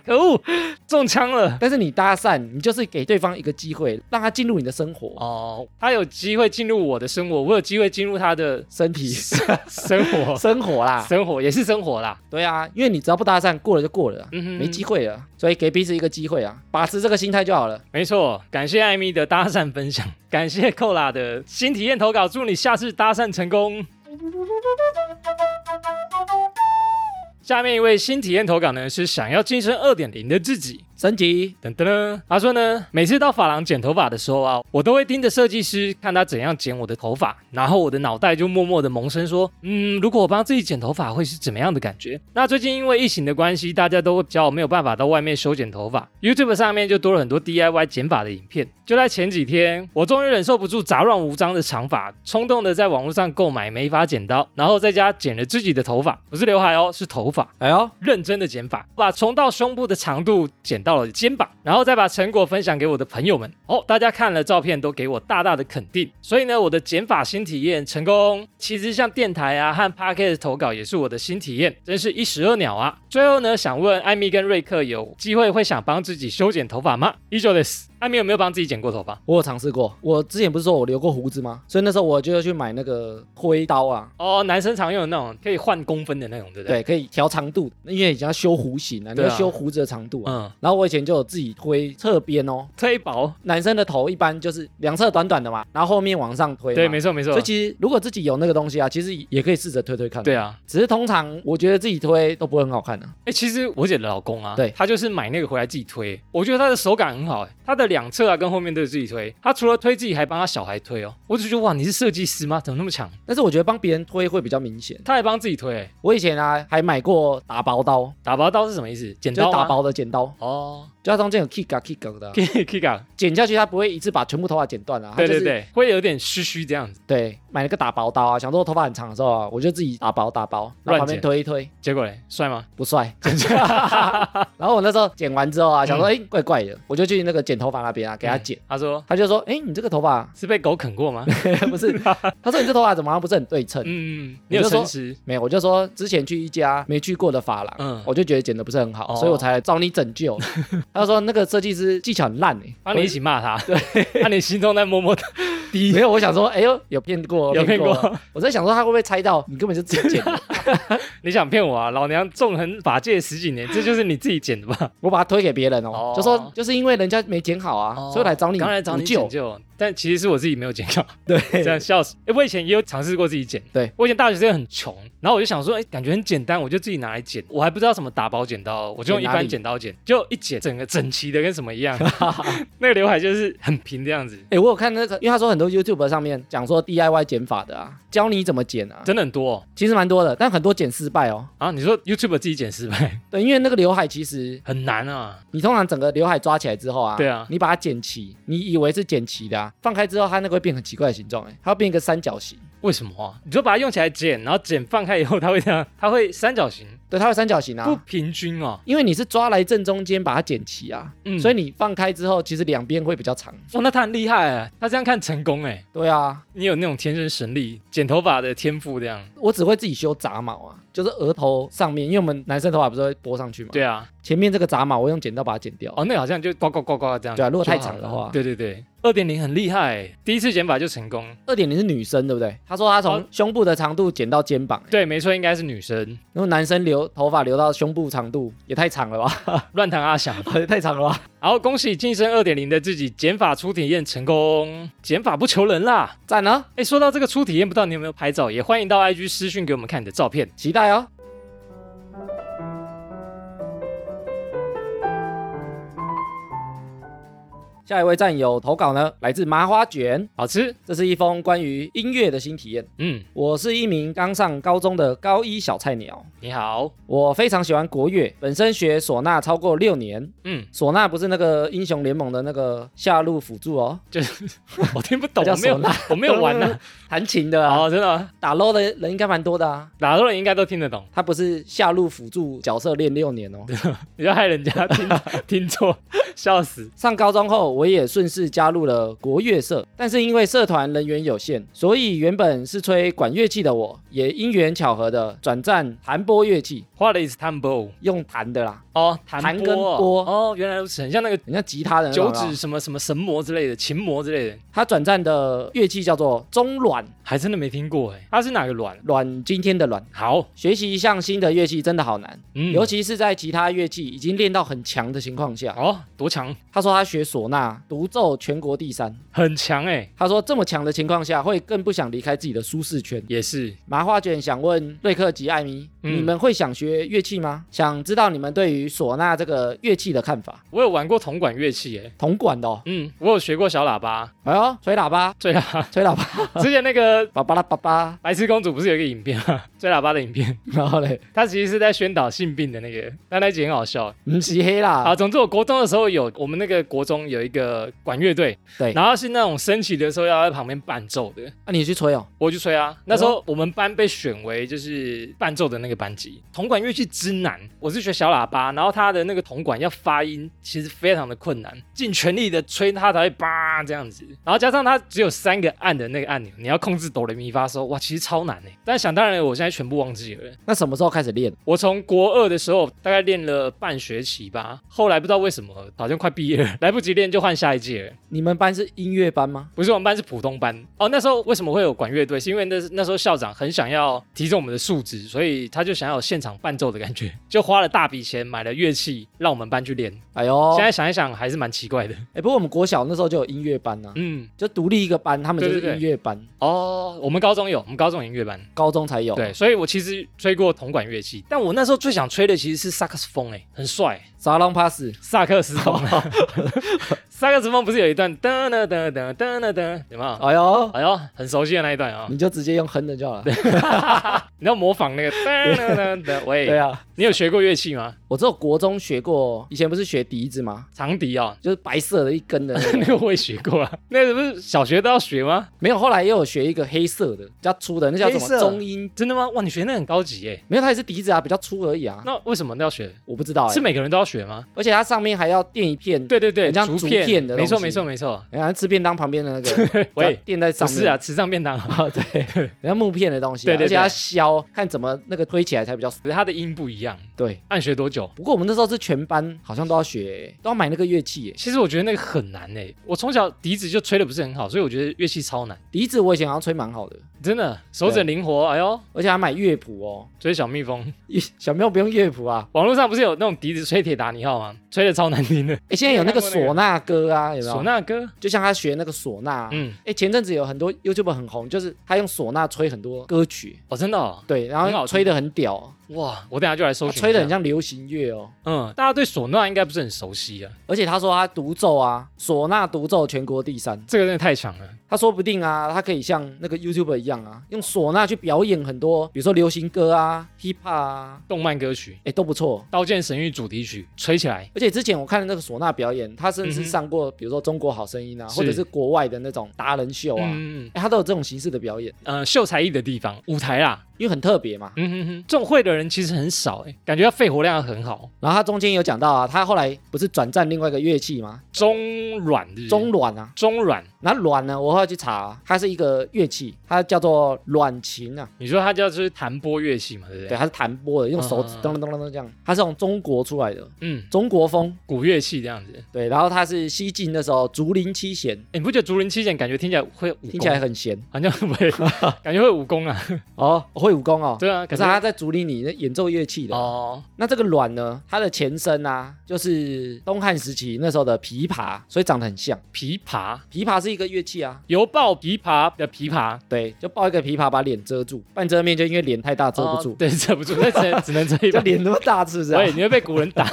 [SPEAKER 1] 可恶，中枪了。
[SPEAKER 2] 但是你搭讪，你就是给对方一个机会，让他进入你的生活、
[SPEAKER 1] 哦，他有机会进入我的生活，我有机会进入他的
[SPEAKER 2] 身体、
[SPEAKER 1] 生 活，
[SPEAKER 2] 生活啦。
[SPEAKER 1] 生活也是生活啦。
[SPEAKER 2] 对啊，因为你只要不搭讪，过了就过了啊、
[SPEAKER 1] 嗯哼
[SPEAKER 2] 没机会了，所以给彼此一个机会啊，把持这个心态就好了。
[SPEAKER 1] 没错，感谢艾米的搭讪分享，感谢寇拉的新体验投稿，祝你下次搭讪成功。下面一位新体验投稿呢，是想要晋升二点零的自己。
[SPEAKER 2] 升级，
[SPEAKER 1] 噔噔噔，他说呢，每次到发廊剪头发的时候啊，我都会盯着设计师看他怎样剪我的头发，然后我的脑袋就默默的萌生说，嗯，如果我帮自己剪头发会是怎么样的感觉？那最近因为疫情的关系，大家都比较没有办法到外面修剪头发，YouTube 上面就多了很多 DIY 剪发的影片。就在前几天，我终于忍受不住杂乱无章的长发，冲动的在网络上购买美发剪刀，然后在家剪了自己的头发，不是刘海哦，是头发。
[SPEAKER 2] 哎呦，
[SPEAKER 1] 认真的剪法，把从到胸部的长度剪到了肩膀，然后再把成果分享给我的朋友们。哦，大家看了照片都给我大大的肯定，所以呢，我的减法新体验成功。其实像电台啊和 p a r k a s 投稿也是我的新体验，真是一石二鸟啊。最后呢，想问艾米跟瑞克有机会会想帮自己修剪头发吗？依旧的，艾米有没有帮自己剪过头发？
[SPEAKER 2] 我有尝试过，我之前不是说我留过胡子吗？所以那时候我就去买那个灰刀啊，
[SPEAKER 1] 哦，男生常用的那种可以换公分的那种，对不对？
[SPEAKER 2] 对，可以调长度，因为以前要修弧形啊，你
[SPEAKER 1] 对啊
[SPEAKER 2] 要修胡子的长度啊。
[SPEAKER 1] 嗯，
[SPEAKER 2] 然后我以前就有自己推侧边哦，
[SPEAKER 1] 推薄，
[SPEAKER 2] 男生的头一般就是两侧短短的嘛，然后后面往上推嘛。
[SPEAKER 1] 对，没错没错
[SPEAKER 2] 所以，其实如果自己有那个东西啊，其实也可以试着推推看。
[SPEAKER 1] 对，啊。
[SPEAKER 2] 只是通常我觉得自己推都不会很好看的、啊
[SPEAKER 1] 哎、其实我姐的老公啊，
[SPEAKER 2] 对
[SPEAKER 1] 他就是买那个回来自己推，我觉得他的手感很好、欸，他的两侧啊跟后面都是自己推，他除了推自己还帮他小孩推哦，我只觉得哇，你是设计师吗？怎么那么强？
[SPEAKER 2] 但是我觉得帮别人推会比较明显。
[SPEAKER 1] 他还帮自己推、欸，
[SPEAKER 2] 我以前啊还买过打薄刀，
[SPEAKER 1] 打薄刀是什么意思？剪
[SPEAKER 2] 就是
[SPEAKER 1] 刀吗
[SPEAKER 2] 打薄的剪刀，
[SPEAKER 1] 哦
[SPEAKER 2] 就它中间有 kick kick 的啊、
[SPEAKER 1] ，Kika，
[SPEAKER 2] 剪下去它不会一次把全部头发剪断了、啊，它
[SPEAKER 1] 对
[SPEAKER 2] 就
[SPEAKER 1] 对
[SPEAKER 2] 是
[SPEAKER 1] 对，会有点虚虚这样子，
[SPEAKER 2] 对，买了个打薄刀啊，想说我头发很长的时候啊，我就自己打薄打薄，然后
[SPEAKER 1] 乱
[SPEAKER 2] 旁边
[SPEAKER 1] 剪
[SPEAKER 2] 推一推，
[SPEAKER 1] 结果嘞，帅吗？
[SPEAKER 2] 不帅。 然后我那时候剪完之后啊，想说哎、诶怪怪的，我就去那个剪头发那边啊给他剪，
[SPEAKER 1] 嗯，他说
[SPEAKER 2] 他就说哎、诶你这个 头发
[SPEAKER 1] 是被狗啃过 吗？
[SPEAKER 2] 不是，他说你这头发怎么好像不是很对称？
[SPEAKER 1] 啊嗯，你
[SPEAKER 2] 你
[SPEAKER 1] 有
[SPEAKER 2] 就说
[SPEAKER 1] 诚实，
[SPEAKER 2] 没有，我就说之前去一家没去过的发廊，
[SPEAKER 1] 嗯
[SPEAKER 2] 我就觉得剪的不是很好，
[SPEAKER 1] 哦
[SPEAKER 2] 所以我才来找你拯 救。他就说那个设计师技巧很烂哎、
[SPEAKER 1] 啊帮你一起骂他，对，那你心中在默 默的
[SPEAKER 2] 我没有，我想说哎呦有骗过，
[SPEAKER 1] 有骗
[SPEAKER 2] 骗
[SPEAKER 1] 过，
[SPEAKER 2] 我在想说他会不会猜到你根本就自己 剪的，
[SPEAKER 1] 你想骗我啊？老娘纵横法界十几年，这就是你自己剪的吧？
[SPEAKER 2] 我把它推给别人哦，
[SPEAKER 1] 哦
[SPEAKER 2] 就说就是因为人家没剪好啊，所以我来找你，
[SPEAKER 1] 刚来找你
[SPEAKER 2] 救
[SPEAKER 1] 拯。救，但其实是我自己没有剪 掉，
[SPEAKER 2] 对，
[SPEAKER 1] 这样笑死。哎、我以前也有尝试过自己剪，
[SPEAKER 2] 对
[SPEAKER 1] 我以前大学时间很穷，然后我就想说，哎、感觉很简单，我就自己拿来剪，我还不知道什么打包剪刀，我就用一
[SPEAKER 2] 剪哪里
[SPEAKER 1] 般剪刀剪，就一剪整个整齐的跟什么一 样，那个刘海就是很平这样子，
[SPEAKER 2] 哎、我有看那个，因为他说很多 YouTube 上面讲说 DIY 剪法的啊，教你怎么剪啊，
[SPEAKER 1] 真的很多、哦。
[SPEAKER 2] 其实蛮多的，但很多剪失败哦。
[SPEAKER 1] 啊，你说 YouTube 自己剪失败
[SPEAKER 2] 对，因为那个刘海其实
[SPEAKER 1] 很难啊，
[SPEAKER 2] 你通常整个刘海抓起来之后啊，
[SPEAKER 1] 对啊
[SPEAKER 2] 你把它剪齐，你以为是剪齐的啊，放开之后它那个会变很奇怪的形状，哎，它会变一个三角形。
[SPEAKER 1] 为什么啊？你就把它用起来剪，然后剪放开以后，它会这样，它会三角形，
[SPEAKER 2] 对，它会三角形
[SPEAKER 1] 不
[SPEAKER 2] 啊，
[SPEAKER 1] 平均哦。
[SPEAKER 2] 因为你是抓来正中间把它剪齐啊，
[SPEAKER 1] 嗯
[SPEAKER 2] 所以你放开之后，其实两边会比较长。
[SPEAKER 1] 哇，哦那他很厉害哎，他这样看成功哎，
[SPEAKER 2] 对啊，
[SPEAKER 1] 你有那种天生神力剪头发的天赋这样。
[SPEAKER 2] 我只会自己修杂毛啊，就是额头上面，因为我们男生头发不是会拨上去嘛，
[SPEAKER 1] 对啊，
[SPEAKER 2] 前面这个杂毛我用剪刀把它剪掉。
[SPEAKER 1] 哦，那好像就呱呱呱呱这样。
[SPEAKER 2] 对啊如果
[SPEAKER 1] 就好
[SPEAKER 2] 太长的
[SPEAKER 1] 了
[SPEAKER 2] 话
[SPEAKER 1] 对对对，二点零很厉害，第一次剪法就成功。
[SPEAKER 2] 二点零是女生对不对？她说她
[SPEAKER 1] 哦
[SPEAKER 2] 从胸部的长度剪到肩膀、欸，
[SPEAKER 1] 对，没错，应该是女生
[SPEAKER 2] 然后男生留头发留到胸部长度也太长了吧，
[SPEAKER 1] 乱弹阿翔。
[SPEAKER 2] 也太长了吧！
[SPEAKER 1] 然后恭喜晋升二点零的自己减法初体验成功，减法不求人啦。
[SPEAKER 2] 赞啊，
[SPEAKER 1] 哎，说到这个初体验，不知道你有没有拍照，也欢迎到 IG 私讯给我们看你的照片。
[SPEAKER 2] 期待哦。下一位战友投稿呢，来自麻花卷，
[SPEAKER 1] 好吃，
[SPEAKER 2] 这是一封关于音乐的新体验。
[SPEAKER 1] 嗯，
[SPEAKER 2] 我是一名刚上高中的高一小菜鸟，
[SPEAKER 1] 你好，
[SPEAKER 2] 我非常喜欢国乐，本身学唢呐超过六年。
[SPEAKER 1] 嗯，
[SPEAKER 2] 唢呐不是那个英雄联盟的那个下路辅助哦，
[SPEAKER 1] 我听不懂，
[SPEAKER 2] 它
[SPEAKER 1] 我
[SPEAKER 2] 叫
[SPEAKER 1] 没有
[SPEAKER 2] 唢呐，
[SPEAKER 1] 我没有玩啊 呢、
[SPEAKER 2] 弹琴的啊，
[SPEAKER 1] 哦，真的吗，
[SPEAKER 2] 打 low 的人应该蛮多的啊。
[SPEAKER 1] 打多人应该都听得懂，
[SPEAKER 2] 他不是下路辅助角色练六年哦。
[SPEAKER 1] 你要害人家听 听错，笑死。
[SPEAKER 2] 上高中后，我也顺势加入了国乐社，但是因为社团人员有限，所以原本是吹管乐器的我，也因缘巧合的转战弹拨乐器，
[SPEAKER 1] What is tambo？
[SPEAKER 2] 用弹的啦，
[SPEAKER 1] 哦，
[SPEAKER 2] 弹
[SPEAKER 1] 波
[SPEAKER 2] 跟
[SPEAKER 1] 哦
[SPEAKER 2] 波
[SPEAKER 1] 哦，原来如此，很像那个
[SPEAKER 2] 人家吉他的那
[SPEAKER 1] 九
[SPEAKER 2] 种啊
[SPEAKER 1] 指什么什么神魔之类的，琴魔之类的，
[SPEAKER 2] 他转战的乐器叫做中阮，
[SPEAKER 1] 还真的没听过哎。它是哪个卵？
[SPEAKER 2] 阮今天的阮。
[SPEAKER 1] 好，
[SPEAKER 2] 学习一项新的乐器真的好难，
[SPEAKER 1] 嗯，
[SPEAKER 2] 尤其是在其他乐器已经练到很强的情况下。
[SPEAKER 1] 哦，多强，
[SPEAKER 2] 他说他学唢呐，独奏全国第三。
[SPEAKER 1] 很强哎，
[SPEAKER 2] 他说这么强的情况下，会更不想离开自己的舒适圈。
[SPEAKER 1] 也是
[SPEAKER 2] 麻花卷想问瑞克及艾米，
[SPEAKER 1] 嗯
[SPEAKER 2] 你们会想学乐器吗？想知道你们对于唢呐这个乐器的看法。
[SPEAKER 1] 我有玩过铜管乐器哎。
[SPEAKER 2] 铜管的、哦，
[SPEAKER 1] 嗯，我有学过小喇叭，
[SPEAKER 2] 哎呦，吹喇叭，
[SPEAKER 1] 吹喇
[SPEAKER 2] 吹喇叭，
[SPEAKER 1] 叭。 之前那个
[SPEAKER 2] 叭叭啦叭叭，
[SPEAKER 1] 白痴公主不是有一个影片吗？ 吹喇叭的影片，
[SPEAKER 2] 然后嘞，
[SPEAKER 1] 她其实是在宣导性病的那个，但那集很好笑。
[SPEAKER 2] 嗯，是黑啦
[SPEAKER 1] 啊，，总之我国中的时候有，我们那个国中有一个管乐队，
[SPEAKER 2] 对
[SPEAKER 1] 然后是那种升旗的时候要在旁边伴奏的，
[SPEAKER 2] 啊，你去吹哦，
[SPEAKER 1] 我就吹啊。那时候我们班被选为就是伴奏的那个班级，铜管乐器之难，我是学小喇叭，然后他的那个铜管要发音其实非常的困难，尽全力的吹它才会叭这样子，然后加上它只有三个按的那个按钮，你要控制哆来咪发嗦，哇，其实超难诶。但想当然，我现在全部忘记了。
[SPEAKER 2] 那什么时候开始练？
[SPEAKER 1] 我从国二的时候大概练了半学期吧，后来不知道为什么好像快毕业了，来不及练就换下一届了。
[SPEAKER 2] 你们班是音乐班吗？
[SPEAKER 1] 不是我们班是普通班哦。那时候为什么会有管乐队？是因为那那时候校长很想要提升我们的素质，所以他就想要有现场伴奏的感觉， 就花了大笔钱买了乐器让我们班去练。
[SPEAKER 2] 哎呦，
[SPEAKER 1] 现
[SPEAKER 2] 哎、
[SPEAKER 1] 在想一想还是蛮奇怪的。
[SPEAKER 2] 不过我们国小那时候就有音乐班呐、啊，
[SPEAKER 1] 嗯，
[SPEAKER 2] 就独立一个班，他们就
[SPEAKER 1] 对
[SPEAKER 2] 是
[SPEAKER 1] 对对
[SPEAKER 2] 音乐班，
[SPEAKER 1] 哦，我们高中有，我们高中有音乐班。
[SPEAKER 2] 高中才有。
[SPEAKER 1] 对，所以我其实吹过铜管乐器，但我那时候最想吹的其实是萨克斯风、哎，很帅。
[SPEAKER 2] ，Salon Pass，
[SPEAKER 1] 萨克斯风，萨克斯风不是有一段噔噔噔噔噔噔噔，有没有？
[SPEAKER 2] 哎呦，
[SPEAKER 1] 哎呦，很熟悉的那一段啊、
[SPEAKER 2] 你就直接用哼的就好了。
[SPEAKER 1] 你要模仿那个噔噔噔噔，
[SPEAKER 2] 对
[SPEAKER 1] 喂，
[SPEAKER 2] 啊，
[SPEAKER 1] 你有学过乐器吗？
[SPEAKER 2] 我只有国中学过，以前不是学笛子吗？
[SPEAKER 1] 长笛哦，
[SPEAKER 2] 就是白色的一根的那个，
[SPEAKER 1] 那个我也学过啊，那个不是小学都要学吗？
[SPEAKER 2] 没有。后来也有学一个黑色的，比较粗的，那叫什
[SPEAKER 1] 黑
[SPEAKER 2] 么
[SPEAKER 1] 色
[SPEAKER 2] 中音？
[SPEAKER 1] 真的吗？哇，你学那很高级耶，
[SPEAKER 2] 没有，它也是笛子啊，比较粗而已啊。
[SPEAKER 1] 那为什么都要学？
[SPEAKER 2] 我不知道哎、
[SPEAKER 1] 是每个人都要学吗？
[SPEAKER 2] 而且它上面还要垫一片，，
[SPEAKER 1] 对对对，
[SPEAKER 2] 很像
[SPEAKER 1] 竹
[SPEAKER 2] 竹片的
[SPEAKER 1] 没错
[SPEAKER 2] 东西
[SPEAKER 1] 没错没错，，
[SPEAKER 2] 然后吃便当旁边的那个
[SPEAKER 1] 喂
[SPEAKER 2] 只要垫在
[SPEAKER 1] 不
[SPEAKER 2] 上面。哦
[SPEAKER 1] 是啊，，吃上便当啊，对，
[SPEAKER 2] 人家木片的东西啊、
[SPEAKER 1] 对对对
[SPEAKER 2] 而且它削，看怎么那个推起来才比较
[SPEAKER 1] 只是它的音不一样。
[SPEAKER 2] 对。
[SPEAKER 1] 按学多久？
[SPEAKER 2] 不过我们那时候是全班好像都要学，都要买那个乐器耶。
[SPEAKER 1] 其实我觉得那个很难诶，我从小笛子就吹的不是很好，所以我觉得乐器超难，
[SPEAKER 2] 笛子我以前好像吹蛮好的，
[SPEAKER 1] 真的手指很灵活。哎呦，
[SPEAKER 2] 而且还买乐谱哦。
[SPEAKER 1] 吹小蜜蜂，
[SPEAKER 2] 小朋友不用乐谱啊，
[SPEAKER 1] 网络上不是有那种笛子吹铁达尼号吗？吹的超难听的。
[SPEAKER 2] 哎，现在有那个
[SPEAKER 1] 你有看过那个
[SPEAKER 2] 唢呐歌啊，有没
[SPEAKER 1] 唢
[SPEAKER 2] 有？
[SPEAKER 1] 呐歌，
[SPEAKER 2] 就像他学那个唢呐啊。
[SPEAKER 1] 嗯，
[SPEAKER 2] 哎，前阵子有很多 YouTube 很红，就是他用唢呐吹很多歌曲，
[SPEAKER 1] 哦，真的、哦，
[SPEAKER 2] 对，然
[SPEAKER 1] 很好
[SPEAKER 2] 后
[SPEAKER 1] 听
[SPEAKER 2] 吹的很屌，
[SPEAKER 1] 哇，我等一下就来搜
[SPEAKER 2] 他
[SPEAKER 1] 寻一下。
[SPEAKER 2] 哦吹的很像流行乐哦。
[SPEAKER 1] 嗯，大家对唢呐应该不是很熟悉啊，
[SPEAKER 2] 而且他说他独奏啊，唢呐独奏全国第三，
[SPEAKER 1] 这个真的太强了。
[SPEAKER 2] 他说不定啊，他可以像那个 YouTuber 一样啊，用唢呐去表演很多，比如说流行歌啊、hip hop 啊，
[SPEAKER 1] 动漫歌曲《
[SPEAKER 2] 哎、都不错。
[SPEAKER 1] 刀剑神域》主题曲吹起来，
[SPEAKER 2] 而且之前我看那个唢呐表演，他甚
[SPEAKER 1] 嗯
[SPEAKER 2] 至
[SPEAKER 1] 哼
[SPEAKER 2] 上过，比如说《中国好声音》啊，
[SPEAKER 1] 是
[SPEAKER 2] 或者是国外的那种达人秀啊，哎、
[SPEAKER 1] 嗯嗯
[SPEAKER 2] 他都有这种形式的表演，
[SPEAKER 1] 嗯，呃，秀才艺的地方，舞台啦，
[SPEAKER 2] 因为很特别嘛。
[SPEAKER 1] 嗯哼哼，这种会的人其实很少哎、感觉他肺活量很好。
[SPEAKER 2] 然后他中间有讲到啊，他后来不是转战另外一个乐器吗？
[SPEAKER 1] 中阮是不是
[SPEAKER 2] 中阮啊，
[SPEAKER 1] 中阮，
[SPEAKER 2] 然后阮呢，我后来去查、啊它是一个乐器，它叫做阮琴啊，
[SPEAKER 1] 你说他叫就是弹拨乐器嘛，对不对？
[SPEAKER 2] 对，它啊是弹拨的，用手指
[SPEAKER 1] 嗯
[SPEAKER 2] 噔噔噔噔噔这样，它是从中国出来的，
[SPEAKER 1] 嗯，
[SPEAKER 2] 中国风。
[SPEAKER 1] 古乐器这样子。
[SPEAKER 2] 对，然后它是西晋的时候竹林七贤，
[SPEAKER 1] 哎，你不觉得竹林七贤感觉听起来会武功？
[SPEAKER 2] 听起来很贤
[SPEAKER 1] 好像 会，感觉会武功啊。
[SPEAKER 2] 哦，会武功哦。
[SPEAKER 1] 对啊，感
[SPEAKER 2] 可是
[SPEAKER 1] 觉
[SPEAKER 2] 他在竹林里演奏乐器的。
[SPEAKER 1] 哦，
[SPEAKER 2] 那这个阮呢，它的前身啊，就是东汉时期那时候的琵琶，所以长得很像。
[SPEAKER 1] 琵琶，
[SPEAKER 2] 琵琶是一个乐器啊，
[SPEAKER 1] 犹抱琵琶的琵琶
[SPEAKER 2] 对，就抱一个琵琶把脸遮住，半遮面就因为脸太大遮不
[SPEAKER 1] 哦
[SPEAKER 2] 住，
[SPEAKER 1] 对，遮不住，那只只能遮一
[SPEAKER 2] 就
[SPEAKER 1] 半。
[SPEAKER 2] 脸那么大是不是、啊？
[SPEAKER 1] 喂，你会被古人打。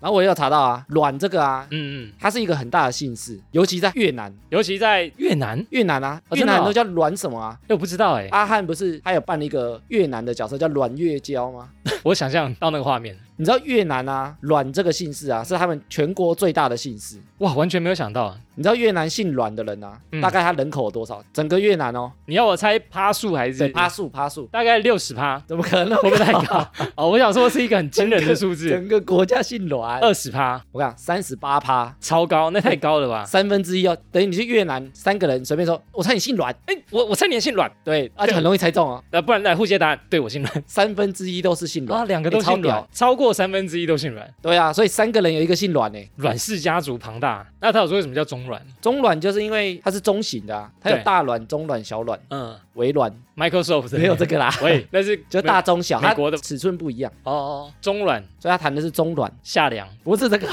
[SPEAKER 2] 然后我也有查到啊，阮这个啊，
[SPEAKER 1] 嗯嗯，
[SPEAKER 2] 它是一个很大的姓氏，尤其在越南，
[SPEAKER 1] 尤其在越南，
[SPEAKER 2] 越南啊，
[SPEAKER 1] 哦
[SPEAKER 2] 越
[SPEAKER 1] 真的
[SPEAKER 2] 南
[SPEAKER 1] 哦
[SPEAKER 2] 都叫阮什么啊？
[SPEAKER 1] 哎，我不知道哎，
[SPEAKER 2] 阿汉不是他有扮了一个越南的角色叫阮月娇吗？
[SPEAKER 1] 我想象到那个画面，
[SPEAKER 2] 你知道越南啊，阮这个姓氏啊，是他们全国最大的姓氏。
[SPEAKER 1] 哇，完全没有想到。
[SPEAKER 2] 你知道越南姓阮的人啊，
[SPEAKER 1] 嗯
[SPEAKER 2] 大概他人口有多少？整个越南哦，
[SPEAKER 1] 你要我猜趴数还
[SPEAKER 2] 对，
[SPEAKER 1] 是
[SPEAKER 2] 趴数趴数，
[SPEAKER 1] 大概六十趴，
[SPEAKER 2] 怎么可能那
[SPEAKER 1] 会
[SPEAKER 2] 么
[SPEAKER 1] 不会太
[SPEAKER 2] 高？
[SPEAKER 1] 高？哦，我想说是一个很惊人的数字，
[SPEAKER 2] 整个国家姓阮，
[SPEAKER 1] 二十趴，
[SPEAKER 2] 我看三十八趴，
[SPEAKER 1] 超高，那太高了吧？
[SPEAKER 2] 三分之一哦，等于你去越南，三个人随便说，我猜你姓阮，
[SPEAKER 1] 哎，我我猜你也姓阮，
[SPEAKER 2] 对，而且很容易猜中哦，
[SPEAKER 1] 呃，不然来互揭答案，对我姓 阮
[SPEAKER 2] 三分之一都是姓阮，
[SPEAKER 1] 啊，两个都
[SPEAKER 2] 哎超
[SPEAKER 1] 姓阮
[SPEAKER 2] 屌，，
[SPEAKER 1] 超过三分之一都姓阮，
[SPEAKER 2] 对啊，所以三个人有一个姓阮呢。
[SPEAKER 1] 阮氏家族庞大。那他有说为什么叫中阮？
[SPEAKER 2] 中阮就是因为它是中型的、啊，它有
[SPEAKER 1] 对
[SPEAKER 2] 大阮、中阮、小阮、
[SPEAKER 1] 嗯
[SPEAKER 2] 微阮，
[SPEAKER 1] ，Microsoft
[SPEAKER 2] 没有这个啦，
[SPEAKER 1] 喂，那是
[SPEAKER 2] 就大中小，
[SPEAKER 1] 美
[SPEAKER 2] 它
[SPEAKER 1] 国的
[SPEAKER 2] 尺寸不一样，
[SPEAKER 1] 哦哦，中阮
[SPEAKER 2] 所以它谈的是中阮。
[SPEAKER 1] 夏凉，
[SPEAKER 2] 不是这个，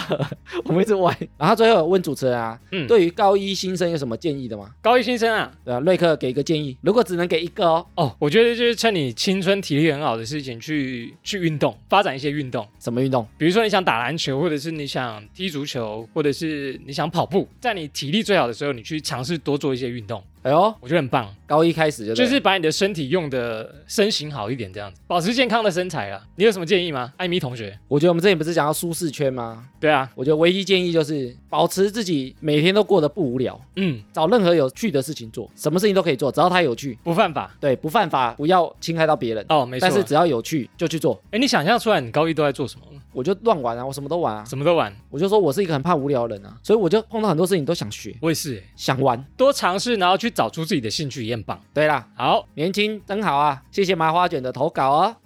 [SPEAKER 2] 我们一直歪。然后最后有问主持人啊，
[SPEAKER 1] 嗯
[SPEAKER 2] 对于高一新生有什么建议的吗？
[SPEAKER 1] 高一新生啊，
[SPEAKER 2] 对啊，瑞克给一个建议，如果只能给一个哦，
[SPEAKER 1] 哦，我觉得就是趁你青春体力很好的事情去去运动，发展一些运动。
[SPEAKER 2] 什么运动？
[SPEAKER 1] 比如说你想打篮球，或者是你想踢足球，或者是你想跑步，在你体力最好的时候，你去尝试多做一些运动。
[SPEAKER 2] 哎呦，
[SPEAKER 1] 我觉得很棒，
[SPEAKER 2] 高一开始就对
[SPEAKER 1] 就
[SPEAKER 2] 了
[SPEAKER 1] 是把你的身体用的身形好一点，这样子保持健康的身材啊。你有什么建议吗，艾米同学？
[SPEAKER 2] 我觉得我们之前不是讲到舒适圈吗？
[SPEAKER 1] 对啊，
[SPEAKER 2] 我觉得唯一建议就是保持自己每天都过得不无聊，
[SPEAKER 1] 嗯，
[SPEAKER 2] 找任何有趣的事情做，什么事情都可以做，只要它有趣，
[SPEAKER 1] 不犯法
[SPEAKER 2] 对，不犯法，不要侵害到别人。
[SPEAKER 1] 哦，没错
[SPEAKER 2] 但
[SPEAKER 1] 啊。
[SPEAKER 2] 是只要有趣就去做，
[SPEAKER 1] 哎，你想象出来你高一都在做什么吗？
[SPEAKER 2] 我就乱玩啊，我什么都玩啊，
[SPEAKER 1] 什么都玩，
[SPEAKER 2] 我就说我是一个很怕无聊的人啊，所以我就碰到很多事情都想学，
[SPEAKER 1] 我也是耶，
[SPEAKER 2] 想玩。
[SPEAKER 1] 多尝试，然后去找出自己的兴趣也很棒。
[SPEAKER 2] 对啦，
[SPEAKER 1] 好，
[SPEAKER 2] 年轻真好啊，谢谢麻花卷的投稿哦。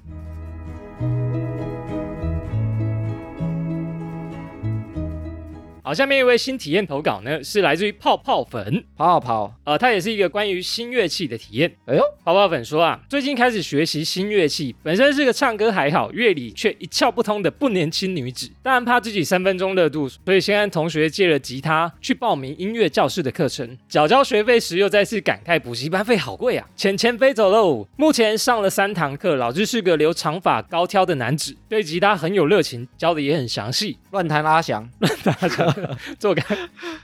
[SPEAKER 1] 好，下面一位新体验投稿呢，是来自于泡泡粉，
[SPEAKER 2] 跑跑跑，
[SPEAKER 1] 呃，它也是一个关于新乐器的体验。
[SPEAKER 2] 哎呦，
[SPEAKER 1] 泡泡粉说啊，最近开始学习新乐器，本身是个唱歌还好，乐理却一窍不通的不年轻女子。当然怕自己三分钟热度，所以先跟同学借了吉他去报名音乐教室的课程。缴交学费时又再次感慨补习班费好贵啊，钱钱飞走喽。目前上了三堂课，老师是个留长发高挑的男子，对吉他很有热情，教的也很详细。
[SPEAKER 2] 乱弹拉翔
[SPEAKER 1] 做个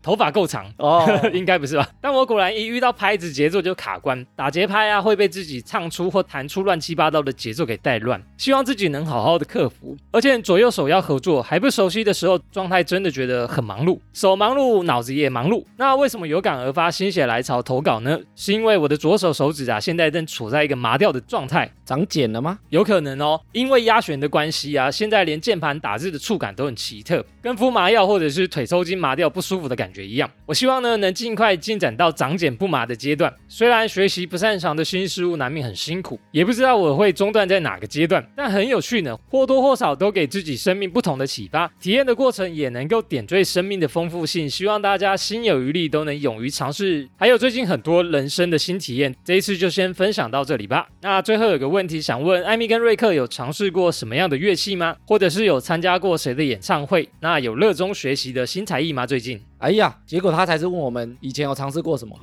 [SPEAKER 1] 头发够长，
[SPEAKER 2] 哦，
[SPEAKER 1] 应该不是吧？但我果然一遇到拍子节奏就卡关，打节拍啊会被自己唱出或弹出乱七八糟的节奏给带乱。希望自己能好好的克服。而且左右手要合作还不熟悉的时候，状态真的觉得很忙碌，手忙碌，脑子也忙碌。那为什么有感而发心血来潮投稿呢？是因为我的左手手指啊现在正处在一个麻掉的状态，
[SPEAKER 2] 长茧了吗？
[SPEAKER 1] 有可能哦，因为压弦的关系啊，现在连键盘打字的触感都很奇特，跟敷麻药或者是腿抽筋麻掉不舒服的感觉一样。我希望呢，能尽快进展到长茧不麻的阶段。虽然学习不擅长的新事物难免很辛苦，也不知道我会中断在哪个阶段，但很有趣呢，或多或少都给自己生命不同的启发，体验的过程也能够点缀生命的丰富性。希望大家心有余力，都能勇于尝试。还有最近很多人生的新体验，这一次就先分享到这里吧。那最后有个问题想问，艾米跟瑞克有尝试过什么样的乐器吗？或者是有参加过谁的演唱会？那有热衷学习的新才艺吗？最近
[SPEAKER 2] 哎呀，结果他才是问我们以前有尝试 过什么，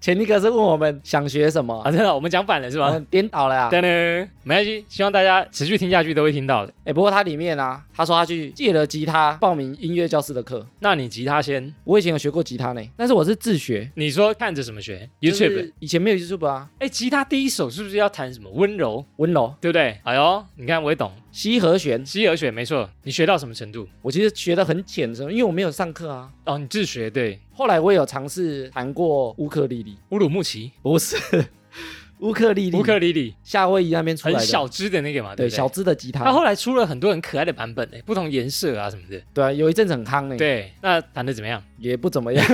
[SPEAKER 2] 前一个是问我们想学什么
[SPEAKER 1] 啊，，真的我们讲反了是
[SPEAKER 2] 我
[SPEAKER 1] 吧？
[SPEAKER 2] 们颠倒了啊。
[SPEAKER 1] 噔噔，没关系，希望大家持续听下去都会听到的。
[SPEAKER 2] 哎、不过它里面啊，他说他去借了吉他，报名音乐教室的课。
[SPEAKER 1] 那你吉他先，
[SPEAKER 2] 我以前有学过吉他呢，但是我是自学
[SPEAKER 1] 你说看着什么学
[SPEAKER 2] 就
[SPEAKER 1] ？YouTube？
[SPEAKER 2] 是以前没有 YouTube 啊。
[SPEAKER 1] 哎、吉他第一首是不是要弹什么温柔？
[SPEAKER 2] 温柔
[SPEAKER 1] 对不对？哎呦，你看我也懂，
[SPEAKER 2] 西和弦，
[SPEAKER 1] 西尔学没错。你学到什么程度？
[SPEAKER 2] 我其实学的很浅的时候，因为我没有上课啊。
[SPEAKER 1] 哦，你自学对。
[SPEAKER 2] 后来我也有尝试弹过乌克丽丽，
[SPEAKER 1] 乌鲁木齐、
[SPEAKER 2] 不是乌克丽丽，
[SPEAKER 1] 乌克丽丽，
[SPEAKER 2] 夏威夷那边出来
[SPEAKER 1] 很
[SPEAKER 2] 的，
[SPEAKER 1] 小只的那个嘛，对
[SPEAKER 2] 对
[SPEAKER 1] 不对？
[SPEAKER 2] 小支的吉
[SPEAKER 1] 他
[SPEAKER 2] 他，
[SPEAKER 1] 后来出了很多很可爱的版本，哎，不同颜色啊什么的。
[SPEAKER 2] 对啊，有一阵子很夯呢，
[SPEAKER 1] 对，那弹的怎么样？
[SPEAKER 2] 也不怎么 样。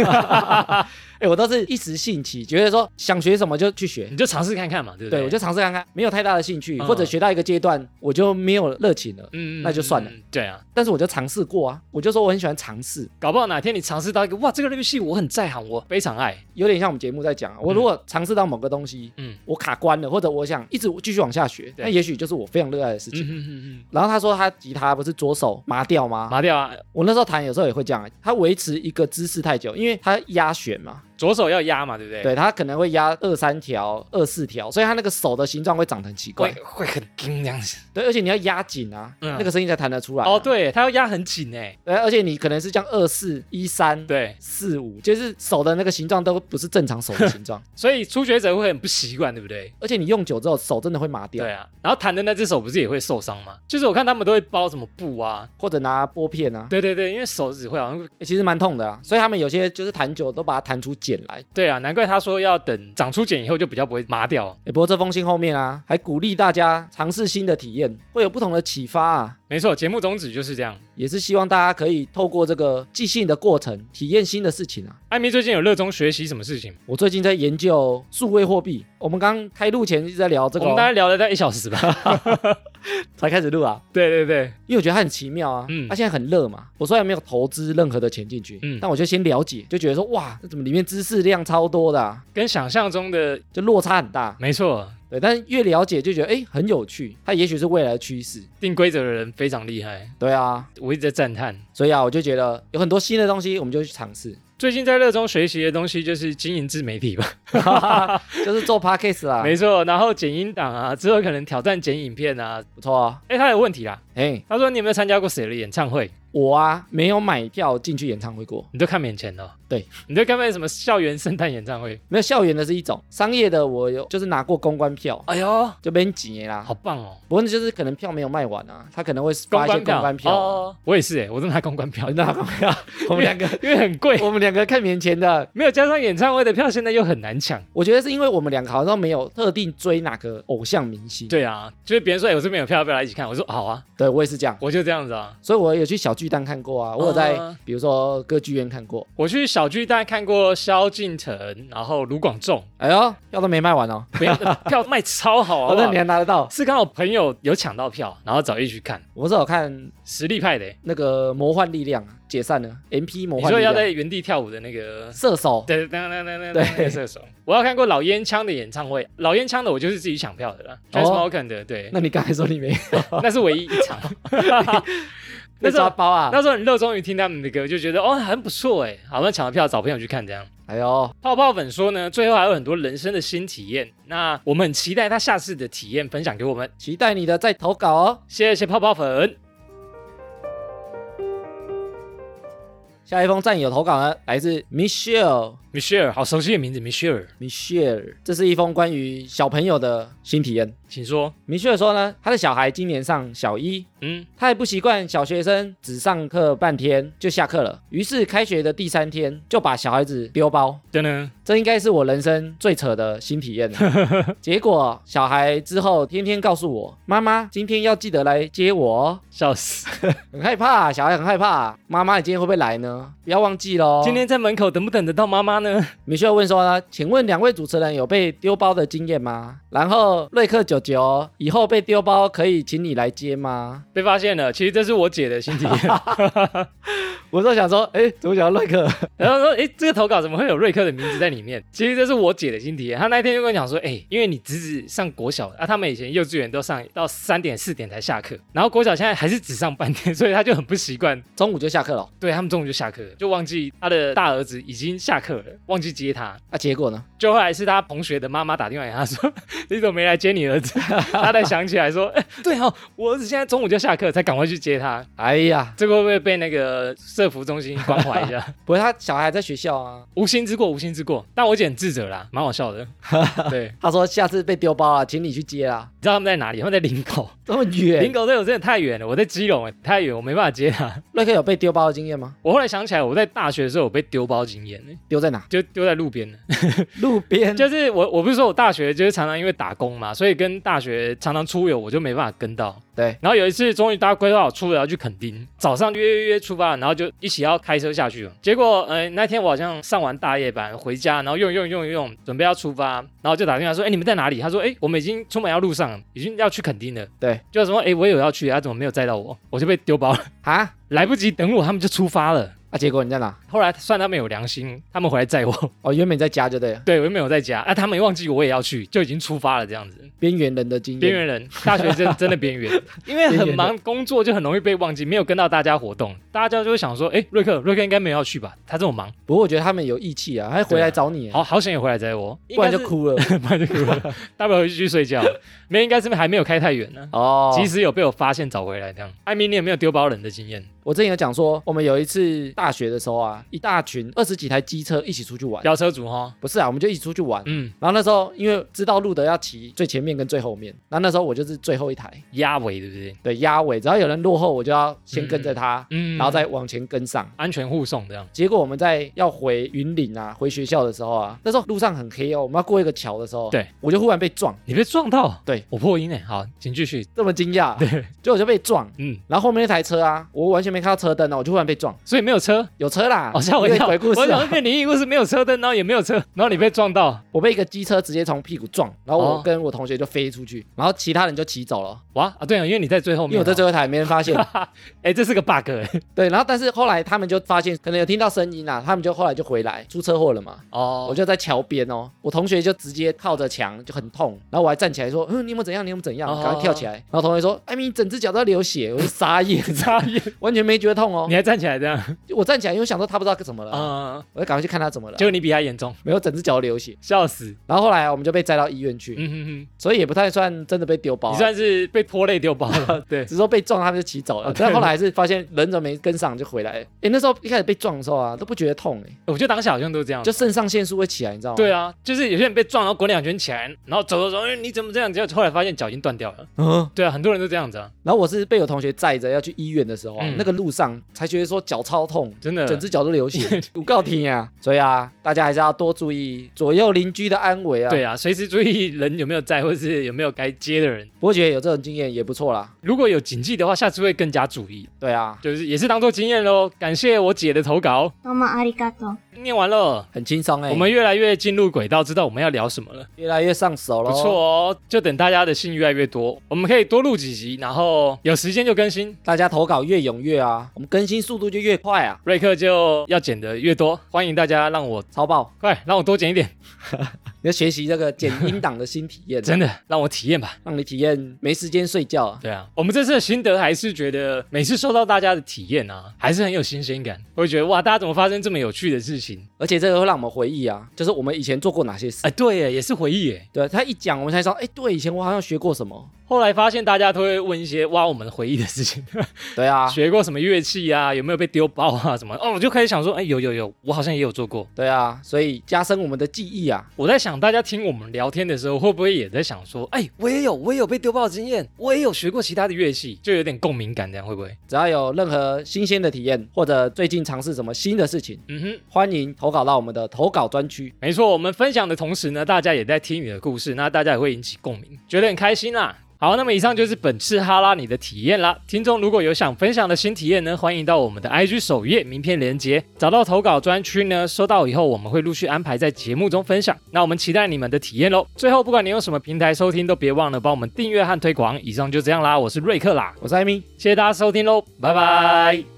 [SPEAKER 2] 哎，我倒是一时兴起，觉得说想学什么就去学
[SPEAKER 1] 你，就尝试看看嘛，对不对？
[SPEAKER 2] 对我就尝试看看，没有太大的兴趣，
[SPEAKER 1] 嗯
[SPEAKER 2] 或者学到一个阶段我就没有热情了，
[SPEAKER 1] 嗯，嗯
[SPEAKER 2] 那就算了。
[SPEAKER 1] 嗯对啊，
[SPEAKER 2] 但是我就尝试过啊，我就说我很喜欢尝试，
[SPEAKER 1] 搞不好哪天你尝试到一个哇，这个游戏我很在行，我非常爱。
[SPEAKER 2] 有点像我们节目在讲啊，我如果尝试到某个东西，
[SPEAKER 1] 嗯
[SPEAKER 2] 我卡关了，或者我想一直继续往下学，
[SPEAKER 1] 对
[SPEAKER 2] 那也许就是我非常热爱的事
[SPEAKER 1] 嗯
[SPEAKER 2] 情。
[SPEAKER 1] 嗯嗯
[SPEAKER 2] 然后他说他吉他不是左手麻掉
[SPEAKER 1] 嗯，
[SPEAKER 2] 吗？
[SPEAKER 1] 麻掉啊，
[SPEAKER 2] 我那时候弹有时候也会这样，他维持一个姿势太久，因为他压弦嘛，
[SPEAKER 1] 左手要压嘛，对不对？，
[SPEAKER 2] 对他可能会压二三条、二四条，所以他那个手的形状会长得很奇怪
[SPEAKER 1] 会。会很硬这样子。
[SPEAKER 2] 对，而且你要压紧啊，
[SPEAKER 1] 嗯
[SPEAKER 2] 那个声音才弹得出 来啊。
[SPEAKER 1] 哦，对，它要压很紧哎。
[SPEAKER 2] 对，而且你可能是这样二四一三
[SPEAKER 1] 对，
[SPEAKER 2] 四五，就是手的那个形状都不是正常手的 形状，
[SPEAKER 1] 所以初学者会很不习惯，对不对？
[SPEAKER 2] 而且你用久之后手真的会麻掉
[SPEAKER 1] 对，啊，然后弹的那只手不是也会受伤吗？就是我看他们都会包什么布啊，
[SPEAKER 2] 或者拿拨片啊，
[SPEAKER 1] 对对对，因为手指会好像会
[SPEAKER 2] 欸其实蛮痛的啊。所以他们有些就是弹久都把它弹出茧来。
[SPEAKER 1] 对啊，难怪他说要等长出茧以后就比较不会麻掉。
[SPEAKER 2] 欸不过这封信后面啊，还鼓励大家尝试新的体验，会有不同的启发啊。
[SPEAKER 1] 没错，节目宗旨就是这样。
[SPEAKER 2] 也是希望大家可以透过这个寄信的过程，体验新的事情啊。
[SPEAKER 1] 艾米最近有热衷学习什么事情？
[SPEAKER 2] 我最近在研究数位货币，我们刚开录前一直在聊这
[SPEAKER 1] 我
[SPEAKER 2] 个
[SPEAKER 1] 们
[SPEAKER 2] 哦，
[SPEAKER 1] 大概聊了大概一小时吧。
[SPEAKER 2] 才开始录啊。
[SPEAKER 1] 对对对，
[SPEAKER 2] 因为我觉得它很奇妙啊，
[SPEAKER 1] 嗯
[SPEAKER 2] 它现在很热嘛。我虽然没有投资任何的钱进去，
[SPEAKER 1] 嗯
[SPEAKER 2] 但我就先了解，就觉得说哇，这怎么里面知识量超多的、啊，
[SPEAKER 1] 跟想象中的
[SPEAKER 2] 就落差很大。
[SPEAKER 1] 没错，
[SPEAKER 2] 对，但是越了解就觉得哎很有趣，它也许是未来的趋势。
[SPEAKER 1] 定规则的人非常厉害，
[SPEAKER 2] 对啊，
[SPEAKER 1] 我一直在赞叹。
[SPEAKER 2] 所以啊，我就觉得有很多新的东西，我们就去 尝试，
[SPEAKER 1] 最近在热衷学习的东西就是经营自媒体吧，
[SPEAKER 2] 就是做 podcast 啦，
[SPEAKER 1] 没错。然后剪音档啊，之后可能挑战剪影片啊。
[SPEAKER 2] 不错啊。
[SPEAKER 1] 哎，他有问题啦，
[SPEAKER 2] 哎，
[SPEAKER 1] 他说你有没有参加过谁的演唱会？
[SPEAKER 2] 我啊没有买票进去演唱会过，
[SPEAKER 1] 你就看免钱了。
[SPEAKER 2] 对，
[SPEAKER 1] 你就看那什么校园圣诞演唱会。
[SPEAKER 2] 没有校园的是一种，商业的我有就是拿过公关票，
[SPEAKER 1] 哎呦，
[SPEAKER 2] 就没几年啦
[SPEAKER 1] 好。棒哦！
[SPEAKER 2] 不过那就是可能票没有卖完啊，他可能会
[SPEAKER 1] 公
[SPEAKER 2] 发一
[SPEAKER 1] 关
[SPEAKER 2] 些公
[SPEAKER 1] 票，
[SPEAKER 2] 关票啊，
[SPEAKER 1] 哦，我也是哎，我都拿公关票，
[SPEAKER 2] 那 公关票，我们两个
[SPEAKER 1] 因为很贵，
[SPEAKER 2] 我们两个看面前的，啊
[SPEAKER 1] 没有加上演唱会的票，现在又很难抢。
[SPEAKER 2] 我觉得是因为我们两个好像没有特定追哪个偶像明星，
[SPEAKER 1] 对啊，就是别人说哎，我这边有票，要不要来一起看？我说好啊，
[SPEAKER 2] 对我也是这样，
[SPEAKER 1] 我就这样子啊。
[SPEAKER 2] 所以我有去小巨蛋看过啊，我有在、
[SPEAKER 1] 啊
[SPEAKER 2] 比如说歌剧院看过，
[SPEAKER 1] 我去小巨蛋看过萧敬腾，然后卢广仲，
[SPEAKER 2] 哎呦，票都没卖完哦，
[SPEAKER 1] 不要票卖超好，好
[SPEAKER 2] 哦
[SPEAKER 1] 不
[SPEAKER 2] 那
[SPEAKER 1] 好
[SPEAKER 2] 你？还拿得到？
[SPEAKER 1] 是刚好朋友有抢到票，然后找一起去看，
[SPEAKER 2] 我是有看
[SPEAKER 1] 实力派的欸。
[SPEAKER 2] 那个魔幻力量啊，解散了，M P 魔
[SPEAKER 1] 你
[SPEAKER 2] 幻力
[SPEAKER 1] 说要
[SPEAKER 2] 量
[SPEAKER 1] 在原地跳舞的那个
[SPEAKER 2] 射手，
[SPEAKER 1] 对，当当当当
[SPEAKER 2] 对
[SPEAKER 1] 当射手。我要看过老烟枪的演唱会，老烟枪的我就是自己抢票的啦 t r a n s m o k e n 的，对，
[SPEAKER 2] 那你刚才说你没
[SPEAKER 1] 那是唯一一场。 那
[SPEAKER 2] 被
[SPEAKER 1] 时候
[SPEAKER 2] 抓包啊？
[SPEAKER 1] 那时候很热衷于听他们的歌，就觉得哦很不错哎，好，那抢了票找朋友去看这样。
[SPEAKER 2] 哎呦，
[SPEAKER 1] 泡泡粉说呢，最后还有很多人生的新体验，那我们很期待他下次的体验分享给我们。
[SPEAKER 2] 期待你的再投稿哦。
[SPEAKER 1] 谢谢泡泡粉，
[SPEAKER 2] 下一封战友投稿呢，来自 Michelle。
[SPEAKER 1] Michelle，好熟悉的名字，Michelle，
[SPEAKER 2] Michelle，这是一封关于小朋友的新体验。
[SPEAKER 1] 请说。
[SPEAKER 2] Michelle 说呢，他的小孩今年上小一，
[SPEAKER 1] 嗯，
[SPEAKER 2] 他也不习惯小学生只上课半天就下课了，于是开学的第三天就把小孩子丢包。
[SPEAKER 1] 等等，
[SPEAKER 2] 这应该是我人生最扯的新体 验了。结果小孩之后天天告诉我，妈妈今天要记得来接我哦，
[SPEAKER 1] 笑死！
[SPEAKER 2] 很害怕、小孩很害怕、妈妈你今天会不会来呢？不要忘记喽。
[SPEAKER 1] 今天在门口等不等得到妈妈呢？
[SPEAKER 2] 米秀问说呢，请问两位主持人有被丢包的经验吗？然后瑞克九九以后被丢包可以请你来接吗？
[SPEAKER 1] 被发现了，其实这是我姐的新体验。
[SPEAKER 2] 我就想说，哎，怎么讲到瑞克？
[SPEAKER 1] 然后说，哎，这个投稿怎么会有瑞克的名字在里面？其实这是我姐的新体啊验。她那一天就跟我讲说，哎，因为你侄子上国小啊，他们以前幼稚园都上到三点四点才下课，然后国小现在还是只上半天， 所以他就很不习惯。
[SPEAKER 2] 中午就下课了
[SPEAKER 1] 对他们中午就下课了，就忘记他的大儿子已经下课了，忘记接他。
[SPEAKER 2] 啊？结果呢？
[SPEAKER 1] 就后来是他同学的妈妈打电话给他说：“你怎么没来接你儿子？”他才想起来说：“哎对哦，我儿子现在中午就下课，才赶快去接他。
[SPEAKER 2] 哎呀”，
[SPEAKER 1] 这个会不会被那个社服中心关怀一下？
[SPEAKER 2] 不过他小孩还在学校啊。
[SPEAKER 1] 无心之过，无心之过。但我姐很智者啦，蛮好笑的。对，
[SPEAKER 2] 他说下次被丢包啊，请你去接啊。
[SPEAKER 1] 你知道他们在哪里？他们在林口，
[SPEAKER 2] 这么
[SPEAKER 1] 林
[SPEAKER 2] 远，
[SPEAKER 1] 口对我真的太远了。我在基隆，哎太远，我没办法接他。
[SPEAKER 2] 瑞克有被丢包的经验吗？
[SPEAKER 1] 我后来想起来，我在大学的时候有被丢包经验，哎
[SPEAKER 2] 丢在哪？
[SPEAKER 1] 就丢在路边了。
[SPEAKER 2] 路边。
[SPEAKER 1] 就是我，我不是说我大学就是常常因为打工嘛，所以跟大学常常出游，我就没办法跟到。
[SPEAKER 2] 对，
[SPEAKER 1] 然后有一次，终于大家规划好出游要去垦丁，早上约约约出发，然后就一起要开车下去了。结果，呃，那天我好像上完大夜班回家，然后用一用一用一用，准备要出发，然后就打电话说：“哎，你们在哪里？”他说：“哎，我们已经出门要路上了，已经要去垦丁了。”
[SPEAKER 2] 对，
[SPEAKER 1] 就说：“哎，我也有要去，他、怎么没有载到我？我就被丢包了，
[SPEAKER 2] 啊
[SPEAKER 1] 来不及等我，他们就出发了。”
[SPEAKER 2] 啊！结果你在哪？
[SPEAKER 1] 后来算他们有良心，他们回来载我，
[SPEAKER 2] 哦，原本在家就对了。
[SPEAKER 1] 对我又没有在家，啊，他们也忘记我也要去，就已经出发了这样子。
[SPEAKER 2] 边缘人的经
[SPEAKER 1] 边
[SPEAKER 2] 验。
[SPEAKER 1] 缘人，大学生真的边缘， 因为很忙，工作就很容易被忘记，没有跟到大家活动，大家就会想说，哎、瑞克，瑞克应该没有要去吧？他这么忙，
[SPEAKER 2] 不过我觉得他们有义气啊，还回来找你，
[SPEAKER 1] 好好险也回来载我，
[SPEAKER 2] 不然就
[SPEAKER 1] 应
[SPEAKER 2] 哭了。
[SPEAKER 1] 该是，不然就哭 了，大不了回去睡觉，没应该是还没有开太远呢、
[SPEAKER 2] 哦，
[SPEAKER 1] 即使有被我发现找回来这样，艾米，你有没有丢包人的经验？
[SPEAKER 2] 我之前有讲说，我们有一次大学的时候啊，一大群二十几台机车一起出去玩，
[SPEAKER 1] 飙车族哈，
[SPEAKER 2] 不是啊，我们就一起出去玩。
[SPEAKER 1] 嗯，
[SPEAKER 2] 然后那时候因为知道路的要骑最前面跟最后面，然后那时候我就是最后一台，
[SPEAKER 1] 压尾对不对？
[SPEAKER 2] 对压尾，只要有人落后，我就要先跟着他，
[SPEAKER 1] 嗯，
[SPEAKER 2] 然后再往前跟上。
[SPEAKER 1] 安全护送这样，
[SPEAKER 2] 结果我们在要回云岭啊，回学校的时候啊，那时候路上很黑哦，我们要过一个桥的时候，
[SPEAKER 1] 对，
[SPEAKER 2] 我就忽然被撞，
[SPEAKER 1] 你被撞到，
[SPEAKER 2] 对
[SPEAKER 1] 我破音哎，好，请继续，
[SPEAKER 2] 这么惊讶，
[SPEAKER 1] 对，
[SPEAKER 2] 就我就被撞，
[SPEAKER 1] 嗯，
[SPEAKER 2] 然后后面那台车啊，我完全没看到车灯哦，我就忽然被撞，
[SPEAKER 1] 所以没有车，
[SPEAKER 2] 有车啦，
[SPEAKER 1] 哦，吓我一
[SPEAKER 2] 有
[SPEAKER 1] 跳！
[SPEAKER 2] 鬼故事、
[SPEAKER 1] 我
[SPEAKER 2] 啊
[SPEAKER 1] 想，变灵异故事，没有车灯，然后也没有车，然后你被撞到，
[SPEAKER 2] 我被一个机车直接从屁股撞，然后
[SPEAKER 1] 哦
[SPEAKER 2] 我跟我同学就飞出去，然后其他人就骑走了，
[SPEAKER 1] 哇啊！对啊，因为你在最后
[SPEAKER 2] 因
[SPEAKER 1] 面哦，
[SPEAKER 2] 为我在最后一台没人发现。
[SPEAKER 1] 哎，这是个 bug 哎、
[SPEAKER 2] 对，然后但是后来他们就发现，可能有听到声音啊，他们就后来就回来，出车祸了嘛。我
[SPEAKER 1] 哦，
[SPEAKER 2] 就在桥边哦，我同学就直接靠着墙就很痛，然后我还站起来说，嗯，你有没有怎样？你有没有怎样
[SPEAKER 1] 哦？
[SPEAKER 2] 赶快跳起来。然后同学说，艾米，你整只脚都在流血，我就傻眼，
[SPEAKER 1] 眨眼，
[SPEAKER 2] 完全没觉得痛哦
[SPEAKER 1] 你。还站起来这样
[SPEAKER 2] 我站起来，因为我想说他不知道怎么了，
[SPEAKER 1] 啊？
[SPEAKER 2] 我就赶快去看他怎么了
[SPEAKER 1] 结，果你比他严重，
[SPEAKER 2] 没有整只脚流血。
[SPEAKER 1] 笑死！
[SPEAKER 2] 然后后来我们就被载到医院去，
[SPEAKER 1] 嗯哼
[SPEAKER 2] 所以也不太算真的被丢包、
[SPEAKER 1] 哼，你
[SPEAKER 2] 啊，
[SPEAKER 1] 算是被拖累丢包了。对
[SPEAKER 2] 只，是说被撞他哦们就骑走了。
[SPEAKER 1] 哦对
[SPEAKER 2] 但后来还是发现人怎么没跟上就回来了。哎，那时候一开始被撞的时候啊，都不觉得痛哎、
[SPEAKER 1] 我觉得当下好像都这样
[SPEAKER 2] 就。肾上腺素会起来，你知道吗？
[SPEAKER 1] 嗯对啊，就是有些人被撞，然后滚两圈起来，然后走走走，哎你怎么这样？结果后来发现脚已经断掉了。
[SPEAKER 2] 嗯，
[SPEAKER 1] 对啊，很多人都这样子啊，
[SPEAKER 2] 然后我是被我同学载着要去医院的时候啊，
[SPEAKER 1] 嗯
[SPEAKER 2] 那个路上才觉得说脚超痛，
[SPEAKER 1] 真的。
[SPEAKER 2] 整只脚都 流血，我告天呀！所以啊，大家还是要多注意左右邻居的安危啊。，
[SPEAKER 1] 对啊，随时注意人有没有在，或是有没有该接的人。
[SPEAKER 2] 不过觉得有这种经验也不错啦。
[SPEAKER 1] 如果有谨记的话，下次会更加注意，
[SPEAKER 2] 对啊，
[SPEAKER 1] 就是也是当做经验喽。感谢我姐的投稿，
[SPEAKER 3] どうもありがとう。
[SPEAKER 1] 念完了。
[SPEAKER 2] 很轻松哎、
[SPEAKER 1] 我们越来越进入轨道，知道我们要聊什么了，
[SPEAKER 2] 越来越上手了。
[SPEAKER 1] 不错，哦。就等大家的信越来越多，我们可以多录几集，然后有时间就更新。
[SPEAKER 2] 大家投稿越踊跃啊，我们更新速度就越快啊，
[SPEAKER 1] 瑞克就要剪的越多，欢迎大家让我
[SPEAKER 2] 超爆！
[SPEAKER 1] 快让我多剪一点，
[SPEAKER 2] 你要学习这个剪音档的新体验，啊
[SPEAKER 1] 真的让我体验吧。
[SPEAKER 2] 让你体验没时间睡觉啊。
[SPEAKER 1] 对啊，我们这次的心得还是觉得每次受到大家的体验啊，还是很有新鲜感。我会觉得哇，大家怎么发生这么有趣的事情？
[SPEAKER 2] 而且这个会让我们回忆啊，就是我们以前做过哪些事。
[SPEAKER 1] 哎，对耶，也是回忆耶。
[SPEAKER 2] 对他一讲，我们才知道，哎，对，以前我好像学过什么。
[SPEAKER 1] 后来发现大家都会问一些挖我们回忆的事情，
[SPEAKER 2] 对 啊，
[SPEAKER 1] 学过什么乐器啊，有没有被丢包啊什么？哦，我就开始想说，哎，有有有，我好像也有做过。
[SPEAKER 2] 对啊，所以加深我们的记忆啊。
[SPEAKER 1] 我在想，大家听我们聊天的时候，会不会也在想说，哎，我也有，我也有被丢包的经验，我也有学过其他的乐器，就有点共鸣感，这样会不会？
[SPEAKER 2] 只要有任何新鲜的体验，或者最近尝试什么新的事情，
[SPEAKER 1] 嗯哼。
[SPEAKER 2] 欢迎投稿到我们的投稿专区。
[SPEAKER 1] 没错，我们分享的同时呢，大家也在听你的故事，那大家也会引起共鸣，觉得很开心啦。好，那么以上就是本次哈拉你的体验啦。听众如果有想分享的新体验呢，欢迎到我们的 IG 首页名片连接，找到投稿专区呢，收到以后我们会陆续安排在节目中分享。那我们期待你们的体验喽。最后，不管你用什么平台收听，都别忘了帮我们订阅和推广。以上就这样啦，我是瑞克啦，
[SPEAKER 2] 我是艾米，
[SPEAKER 1] 谢谢大家收听喽，拜拜